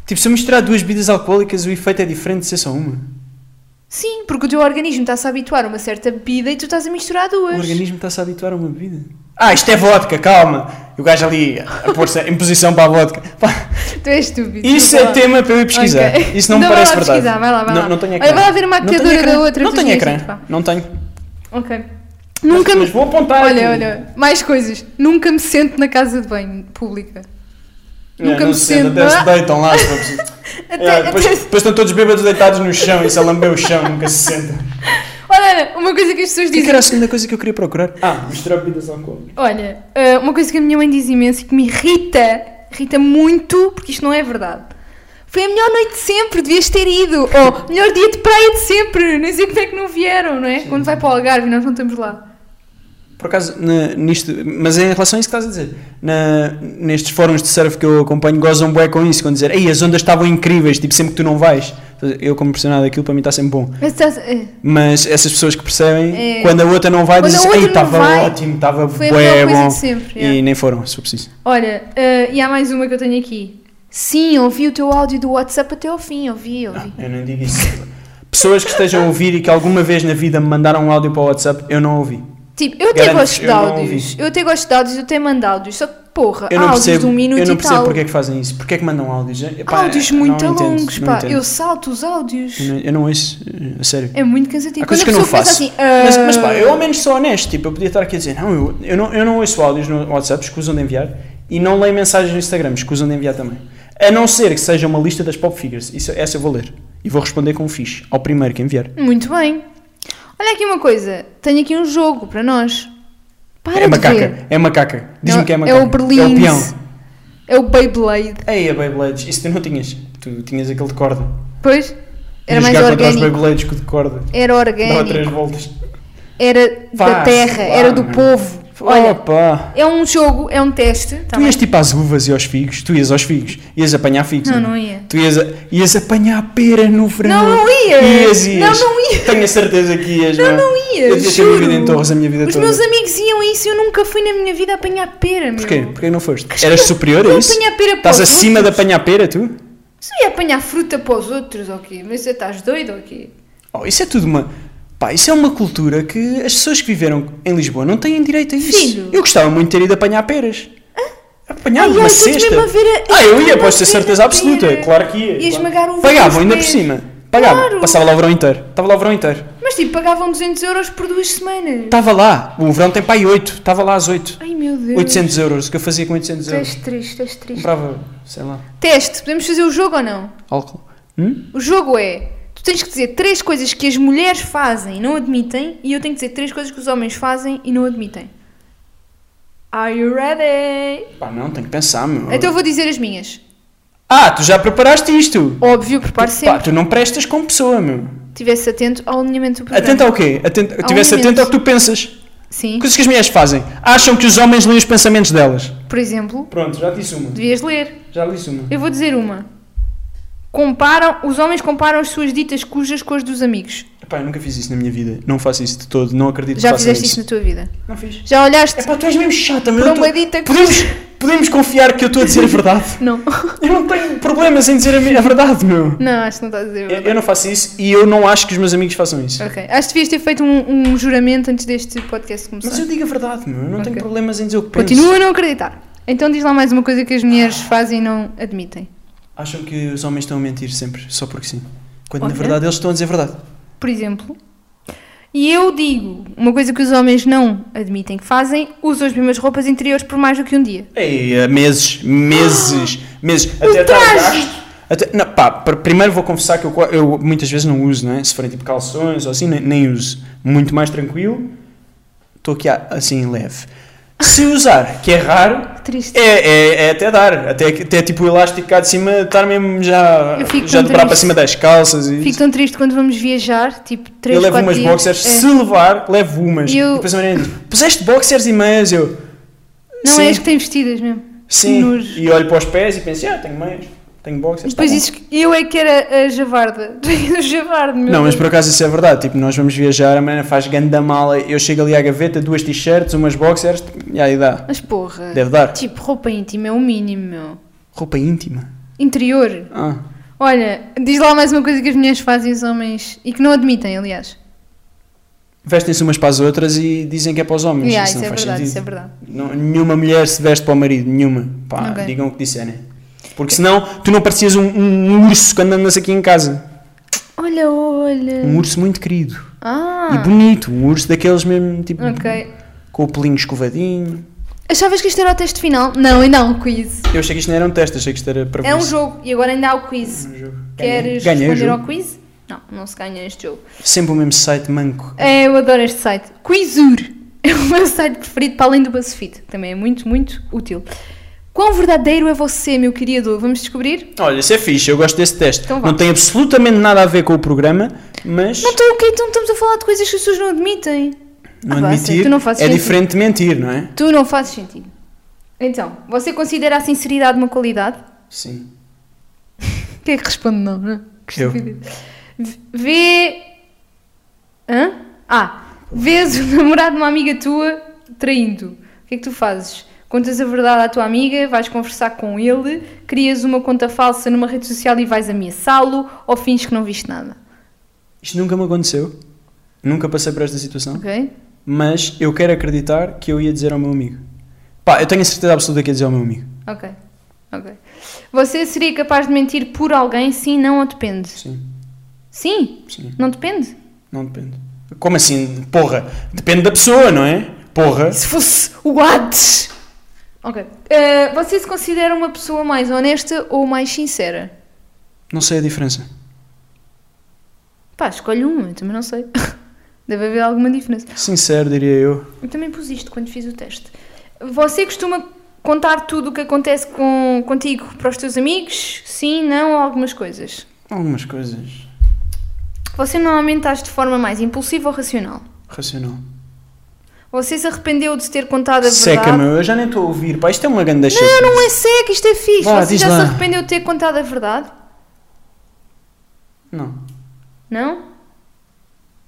Speaker 2: Tipo, se eu misturar duas bebidas alcoólicas, o efeito é diferente de ser só uma.
Speaker 1: Sim, porque o teu organismo está-se a habituar a uma certa bebida e tu estás a misturar duas.
Speaker 2: O organismo está-se a habituar a uma bebida. Ah, isto é vodka, calma. E o gajo ali a pôr-se em posição para a vodka. Pá,
Speaker 1: Tu és estúpido.
Speaker 2: isso
Speaker 1: diga
Speaker 2: é
Speaker 1: lá.
Speaker 2: tema para eu ir pesquisar.
Speaker 1: Ok.
Speaker 2: Isso não me
Speaker 1: vai
Speaker 2: parece
Speaker 1: lá
Speaker 2: verdade.
Speaker 1: pesquisar, Vai lá, vai
Speaker 2: não,
Speaker 1: lá.
Speaker 2: não tenho ecrã.
Speaker 1: Olha, vai lá ver uma
Speaker 2: Não tenho
Speaker 1: maquiadora
Speaker 2: ecrã.
Speaker 1: da outra.
Speaker 2: Não
Speaker 1: que tu
Speaker 2: tenho
Speaker 1: tinhas
Speaker 2: ecrã.
Speaker 1: dito, pá.
Speaker 2: Não tenho.
Speaker 1: Ok. Nunca
Speaker 2: Mas
Speaker 1: me...
Speaker 2: vou apontar
Speaker 1: Olha,
Speaker 2: aqui.
Speaker 1: olha, mais coisas. Nunca me sento na casa de banho pública.
Speaker 2: É,
Speaker 1: Nunca
Speaker 2: não
Speaker 1: me
Speaker 2: se sente,
Speaker 1: sento.
Speaker 2: Até se
Speaker 1: Ah,
Speaker 2: deitam lá. se for preciso.
Speaker 1: até-
Speaker 2: É, depois,
Speaker 1: até-
Speaker 2: depois estão todos bêbados deitados no chão e se a lamber o chão nunca se senta.
Speaker 1: Olha, olha, uma coisa que as pessoas
Speaker 2: O que é que
Speaker 1: dizem.
Speaker 2: era a segunda coisa que eu queria procurar? Ah, misturar bebidas alcoólicas.
Speaker 1: Olha, ah, uma coisa que a minha mãe diz imenso e que me irrita, irrita muito, porque isto não é verdade. Foi a melhor noite de sempre, devias ter ido. Ou melhor dia de praia de sempre. Nem sei como é que não vieram, não é? Quando vai para o Algarve e nós não estamos lá.
Speaker 2: Por acaso, na- nisto, mas em relação a isso que estás a dizer, na- nestes fóruns de surf que eu acompanho, gozam bué com isso, quando dizer, ei, as ondas estavam incríveis, tipo, sempre que tu não vais. Eu, como impressionado, aquilo para mim está sempre bom.
Speaker 1: Mas estás- é.
Speaker 2: Mas essas pessoas que percebem,
Speaker 1: É.
Speaker 2: quando a outra não vai,
Speaker 1: Quando a
Speaker 2: dizem,
Speaker 1: outra
Speaker 2: ei,
Speaker 1: não
Speaker 2: estava
Speaker 1: vai,
Speaker 2: ótimo, estava
Speaker 1: foi a melhor
Speaker 2: bué
Speaker 1: coisa
Speaker 2: bom.
Speaker 1: de sempre,
Speaker 2: E
Speaker 1: é.
Speaker 2: nem foram, se for preciso.
Speaker 1: Olha, ah, e há mais uma que eu tenho aqui. Sim, ouvi o teu áudio do WhatsApp até ao fim, ouvi, ouvi.
Speaker 2: Eu não digo isso. Pessoas que estejam a ouvir e que alguma vez na vida me mandaram um áudio para o WhatsApp, eu não ouvi.
Speaker 1: Tipo, eu até
Speaker 2: Garanto,
Speaker 1: gosto de
Speaker 2: eu não
Speaker 1: áudios.
Speaker 2: ouvi.
Speaker 1: Eu até gosto de áudios, eu até mando áudios. Só que, porra,
Speaker 2: Eu
Speaker 1: há
Speaker 2: não
Speaker 1: áudios
Speaker 2: percebo,
Speaker 1: de um minuto
Speaker 2: eu não
Speaker 1: e
Speaker 2: percebo
Speaker 1: tal.
Speaker 2: porque é que fazem isso. Porque é que mandam áudios? É, pá,
Speaker 1: áudios
Speaker 2: não
Speaker 1: muito
Speaker 2: entendo,
Speaker 1: longos,
Speaker 2: não
Speaker 1: pá.
Speaker 2: entendo.
Speaker 1: Eu salto os áudios.
Speaker 2: Eu não, eu não ouço, eh, a sério.
Speaker 1: É muito cansativo.
Speaker 2: Há coisas
Speaker 1: Quando
Speaker 2: que eu
Speaker 1: a
Speaker 2: não
Speaker 1: pessoa
Speaker 2: faço.
Speaker 1: pensa
Speaker 2: mas,
Speaker 1: assim,
Speaker 2: mas pá,
Speaker 1: "Ah,
Speaker 2: eu ao menos sou honesto. Tipo, eu podia estar aqui a dizer, não, eu, eu não, eu não ouço áudios no WhatsApp, escusam de enviar. E não leio mensagens no Instagram, escusam de enviar também. A não ser que seja uma lista das pop figures. Isso, essa eu vou ler. E vou responder com um fixe ao primeiro que enviar.
Speaker 1: Muito bem. Olha aqui uma coisa. Tenho aqui um jogo para nós. Para
Speaker 2: é
Speaker 1: de
Speaker 2: macaca,
Speaker 1: ver.
Speaker 2: é macaca. Diz-me que é macaca.
Speaker 1: É o Berlim.
Speaker 2: É o peão.
Speaker 1: É o Beyblade.
Speaker 2: Ei, a Beyblades, isso tu não tinhas. Tu tinhas aquele de corda.
Speaker 1: Pois? Era
Speaker 2: Ias
Speaker 1: mais
Speaker 2: jogar é contra os
Speaker 1: orgânico.
Speaker 2: Beyblades com o de corda.
Speaker 1: Era
Speaker 2: Dava três
Speaker 1: orgânico.
Speaker 2: voltas.
Speaker 1: Era da
Speaker 2: Vá-se
Speaker 1: terra.
Speaker 2: lá,
Speaker 1: Era do
Speaker 2: meu.
Speaker 1: povo. Olha,
Speaker 2: Opa!
Speaker 1: é um jogo, é um teste. tá
Speaker 2: Tu
Speaker 1: bem?
Speaker 2: ias tipo às uvas e aos figos. Tu ias aos figos. Ias apanhar figos. é?
Speaker 1: Não, não ia.
Speaker 2: Tu ias, a- ias apanhar pera no verão.
Speaker 1: Não, não ia.
Speaker 2: Ias, ias.
Speaker 1: Não, não ia.
Speaker 2: Tenho a certeza que ias.
Speaker 1: Não,
Speaker 2: meu.
Speaker 1: não ia.
Speaker 2: Eu devia ter
Speaker 1: juro.
Speaker 2: vivido em Torres a minha vida
Speaker 1: Os
Speaker 2: toda.
Speaker 1: meus amigos iam a isso e eu nunca fui na minha vida apanhar pera, meu.
Speaker 2: Porquê? Porquê não foste?
Speaker 1: Que
Speaker 2: Eras
Speaker 1: eu-
Speaker 2: superior a
Speaker 1: eu
Speaker 2: isso?
Speaker 1: apanhar pera para
Speaker 2: Estás
Speaker 1: os
Speaker 2: acima
Speaker 1: outros.
Speaker 2: de apanhar pera, tu?
Speaker 1: Se eu ia é apanhar fruta para os outros, ok. Mas você estás doido, ok.
Speaker 2: Oh, isso é tudo uma. Pá, isso é uma cultura que as pessoas que viveram em Lisboa não têm direito a isso.
Speaker 1: Filho.
Speaker 2: Eu gostava muito de ter ido apanhar peras. Apanhar
Speaker 1: Ai,
Speaker 2: uma
Speaker 1: ai, tu
Speaker 2: cesta.
Speaker 1: mesmo a ver a-
Speaker 2: Ah, eu ia,
Speaker 1: a
Speaker 2: posso ter
Speaker 1: ver
Speaker 2: certeza
Speaker 1: a
Speaker 2: absoluta.
Speaker 1: pera.
Speaker 2: Claro que ia.
Speaker 1: Ia
Speaker 2: É, claro.
Speaker 1: esmagar o
Speaker 2: Pagavam
Speaker 1: vento
Speaker 2: ainda por
Speaker 1: mesmo.
Speaker 2: cima. Pagavam.
Speaker 1: Claro.
Speaker 2: Passava lá o verão inteiro. Estava lá o verão inteiro.
Speaker 1: Mas tipo, pagavam 200 euros por duas semanas.
Speaker 2: Estava lá. O verão tem para aí 8. Estava lá às 8.
Speaker 1: Ai meu Deus.
Speaker 2: 800 euros. O que eu fazia com 800
Speaker 1: Tu és
Speaker 2: euros?
Speaker 1: triste, tu és triste.
Speaker 2: Comprava, sei lá,
Speaker 1: Teste, podemos fazer o jogo ou não?
Speaker 2: álcool. Hum?
Speaker 1: O jogo é: tu tens que dizer três coisas que as mulheres fazem e não admitem, e eu tenho que dizer três coisas que os homens fazem e não admitem. Are you ready?
Speaker 2: Pá, não, tenho que pensar, meu.
Speaker 1: Então eu vou dizer as minhas.
Speaker 2: Ah, tu já preparaste isto.
Speaker 1: Óbvio, prepare
Speaker 2: Pá,
Speaker 1: sempre.
Speaker 2: tu não prestas como pessoa, meu.
Speaker 1: Estivesse atento ao alinhamento do programa.
Speaker 2: Atento ao quê? Atento, estivesse
Speaker 1: alimento.
Speaker 2: atento ao que tu pensas.
Speaker 1: Sim,
Speaker 2: Coisas que as mulheres fazem. Acham que os homens leem os pensamentos delas.
Speaker 1: por exemplo,
Speaker 2: Pronto, já disse uma.
Speaker 1: devias ler.
Speaker 2: Já disse uma.
Speaker 1: Eu vou dizer uma. Comparam, os homens comparam as suas ditas cujas com as dos amigos.
Speaker 2: Epá, eu nunca fiz isso na minha vida. Não faço isso de todo. Não acredito que
Speaker 1: Já
Speaker 2: faça
Speaker 1: fizeste
Speaker 2: isso.
Speaker 1: isso na tua vida?
Speaker 2: Não fiz.
Speaker 1: Já olhaste?
Speaker 2: Epá, tu és mesmo chata, meu.
Speaker 1: Por
Speaker 2: Eu tô-
Speaker 1: uma dita
Speaker 2: podemos, podemos confiar que eu estou a dizer a verdade.
Speaker 1: Não.
Speaker 2: Eu não tenho problemas em dizer a, mi- a verdade, meu.
Speaker 1: Não, acho que não estás a dizer a
Speaker 2: Eu,
Speaker 1: verdade.
Speaker 2: eu não faço isso e eu não acho que os meus amigos façam isso.
Speaker 1: Ok. Acho que devias ter feito um, um juramento antes deste podcast começar.
Speaker 2: Mas eu digo a verdade, meu. Eu não tenho
Speaker 1: Ok.
Speaker 2: problemas em dizer o que penso.
Speaker 1: Continuo a não acreditar. Então diz lá mais uma coisa que as mulheres fazem e não admitem.
Speaker 2: Acham que os homens estão a mentir sempre, só porque sim. Quando
Speaker 1: Olha.
Speaker 2: na verdade eles estão a dizer a verdade.
Speaker 1: Por exemplo, e eu digo uma coisa que os homens não admitem que fazem: usam as mesmas roupas interiores por mais do que um dia.
Speaker 2: Ei, há meses, meses, meses. Até tá
Speaker 1: traje!
Speaker 2: gasto. Até, não, pá, pr- primeiro vou confessar que eu, qua- eu muitas vezes não uso, não é? Se forem tipo calções ou assim, nem, nem uso. Muito mais tranquilo. Estou aqui a- assim, leve. Se usar, que é raro,
Speaker 1: Que triste.
Speaker 2: é, é, é até dar. Até, até tipo o elástico cá de cima, estar mesmo já,
Speaker 1: Eu fico
Speaker 2: já
Speaker 1: tão
Speaker 2: dobrar para
Speaker 1: triste.
Speaker 2: cima das calças. E,
Speaker 1: Fico
Speaker 2: isso.
Speaker 1: tão triste quando vamos viajar, tipo 3,
Speaker 2: eu levo
Speaker 1: 4
Speaker 2: umas
Speaker 1: dias.
Speaker 2: boxers,
Speaker 1: É.
Speaker 2: se levar, levo umas.
Speaker 1: E eu-
Speaker 2: E depois a Mariana diz: puseste boxers e meias? Eu.
Speaker 1: Não
Speaker 2: "Sim."
Speaker 1: é as que têm vestidas mesmo.
Speaker 2: Sim,
Speaker 1: Nojo.
Speaker 2: e olho para os pés e penso, ah, tenho meias, tenho boxers.
Speaker 1: Depois
Speaker 2: tá bom."
Speaker 1: dizes que eu é que era a javarda. Tu és a javarda, meu
Speaker 2: Não, mas
Speaker 1: Deus.
Speaker 2: por acaso isso é verdade. Tipo, nós vamos viajar, a mana faz ganda mala, eu chego ali à gaveta, duas t-shirts, umas boxers, e aí dá.
Speaker 1: Mas porra.
Speaker 2: Deve dar.
Speaker 1: Tipo, roupa íntima é o mínimo, meu.
Speaker 2: Roupa íntima.
Speaker 1: Interior.
Speaker 2: Ah.
Speaker 1: Olha, diz lá mais uma coisa que as mulheres fazem e os homens. e que não admitem, aliás.
Speaker 2: Vestem-se umas para as outras e dizem que é para os homens.
Speaker 1: Yeah,
Speaker 2: isso,
Speaker 1: isso é
Speaker 2: não faz
Speaker 1: verdade, isso
Speaker 2: sentido.
Speaker 1: é verdade.
Speaker 2: Não- nenhuma mulher se veste para o marido, nenhuma. Pá,
Speaker 1: Ok.
Speaker 2: digam o que disserem. Porque senão tu não parecias um, um urso quando andas aqui em casa.
Speaker 1: Olha, olha.
Speaker 2: Um urso muito querido
Speaker 1: Ah,
Speaker 2: e bonito. Um urso daqueles mesmo, tipo,
Speaker 1: ok.
Speaker 2: com o pelinho escovadinho.
Speaker 1: Achavas que isto era o teste final? Não, ainda há um quiz.
Speaker 2: Eu achei que isto não era um teste, achei que isto era para
Speaker 1: É um jogo e agora ainda há o quiz.
Speaker 2: um
Speaker 1: Queres
Speaker 2: Ganhei o
Speaker 1: responder
Speaker 2: jogo.
Speaker 1: ao quiz? Não, não se ganha neste jogo.
Speaker 2: Sempre o mesmo site manco.
Speaker 1: É, eu adoro este site. Quizur é o meu site preferido para além do BuzzFeed. Também é muito, muito útil. Quão verdadeiro é você, meu criador? Vamos descobrir?
Speaker 2: Olha, isso é fixe, eu gosto desse teste.
Speaker 1: Então vá.
Speaker 2: não tem absolutamente nada a ver com o programa, mas
Speaker 1: Não estou ok, então estamos a falar de coisas que as pessoas não admitem.
Speaker 2: não
Speaker 1: Ah, vá,
Speaker 2: admitir
Speaker 1: sim, tu não fazes
Speaker 2: é
Speaker 1: sentido.
Speaker 2: diferente de mentir, não é?
Speaker 1: Tu não fazes sentido. Então, você considera a sinceridade uma qualidade?
Speaker 2: Sim.
Speaker 1: Quem é que responde não, não é? Que
Speaker 2: Eu.
Speaker 1: estupidez. V- Vê. Hã? Ah, vês o namorado de uma amiga tua traindo. O que é que tu fazes? Contas a verdade à tua amiga, vais conversar com ele, crias uma conta falsa numa rede social e vais ameaçá-lo ou finges que não viste nada.
Speaker 2: Isto nunca me aconteceu. Nunca passei por esta situação.
Speaker 1: Ok?
Speaker 2: Mas eu quero acreditar que eu ia dizer ao meu amigo. Pá, eu tenho a certeza absoluta que ia dizer ao meu amigo.
Speaker 1: Ok. Ok. Você seria capaz de mentir por alguém? Sim, não ou depende?
Speaker 2: Sim,
Speaker 1: Sim?
Speaker 2: sim.
Speaker 1: Não depende?
Speaker 2: Não depende. Como assim? Porra. Depende da pessoa, não é? Porra.
Speaker 1: Se fosse o Hades. Ok. Eh, você se considera uma pessoa mais honesta ou mais sincera?
Speaker 2: Não sei a diferença.
Speaker 1: Pá, escolhe uma, eu também não sei. Deve haver alguma diferença.
Speaker 2: Sincero, diria eu.
Speaker 1: Eu também pus isto quando fiz o teste. Você costuma contar tudo o que acontece com, contigo para os teus amigos? Sim, não, ou algumas coisas?
Speaker 2: Algumas coisas.
Speaker 1: Você normalmente age de forma mais impulsiva ou racional?
Speaker 2: Racional.
Speaker 1: Você se arrependeu de ter contado a verdade?
Speaker 2: Seca, meu. Eu já nem estou a ouvir. Pá, isto é uma grande
Speaker 1: Não, não é seca, isto é fixe.
Speaker 2: Vá,
Speaker 1: Você
Speaker 2: diz
Speaker 1: já
Speaker 2: lá.
Speaker 1: se arrependeu de ter contado a verdade? é.
Speaker 2: Não.
Speaker 1: Não?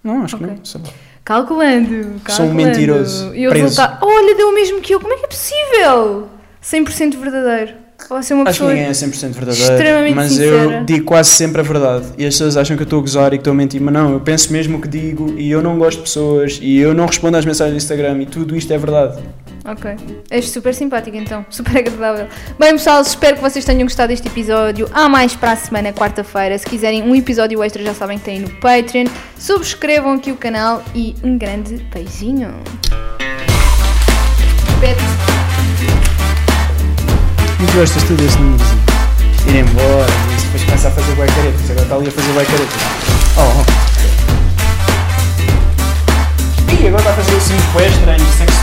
Speaker 2: Não, acho
Speaker 1: Ok.
Speaker 2: que não. Sei lá.
Speaker 1: Calculando, calculando.
Speaker 2: Sou um mentiroso,
Speaker 1: E o
Speaker 2: preso.
Speaker 1: resultado. Olha, deu o mesmo que eu. Como é que é possível? 100% verdadeiro. Ou ser uma
Speaker 2: Acho que
Speaker 1: pessoa.
Speaker 2: ninguém é 100% verdadeiro,
Speaker 1: extremamente
Speaker 2: mas
Speaker 1: sincera.
Speaker 2: eu digo quase sempre a verdade. E as pessoas acham que eu estou a gozar e que estou a mentir, mas não, eu penso mesmo o que digo e eu não gosto de pessoas e eu não respondo às mensagens do Instagram e tudo isto é verdade.
Speaker 1: Ok. És super simpática então. Super agradável. Bem, pessoal, espero que vocês tenham gostado deste episódio. Há mais para a semana, quarta-feira. Se quiserem um episódio extra, já sabem que tem no Patreon. Subscrevam aqui o canal e um grande beijinho. Repete.
Speaker 2: E gostas tudo desse númerozinho? Ir embora, e depois começa a fazer guaicaretas, agora está ali a fazer guaicaretas. Oh, oh. Ih, agora está a fazer o 5 é estranho, sem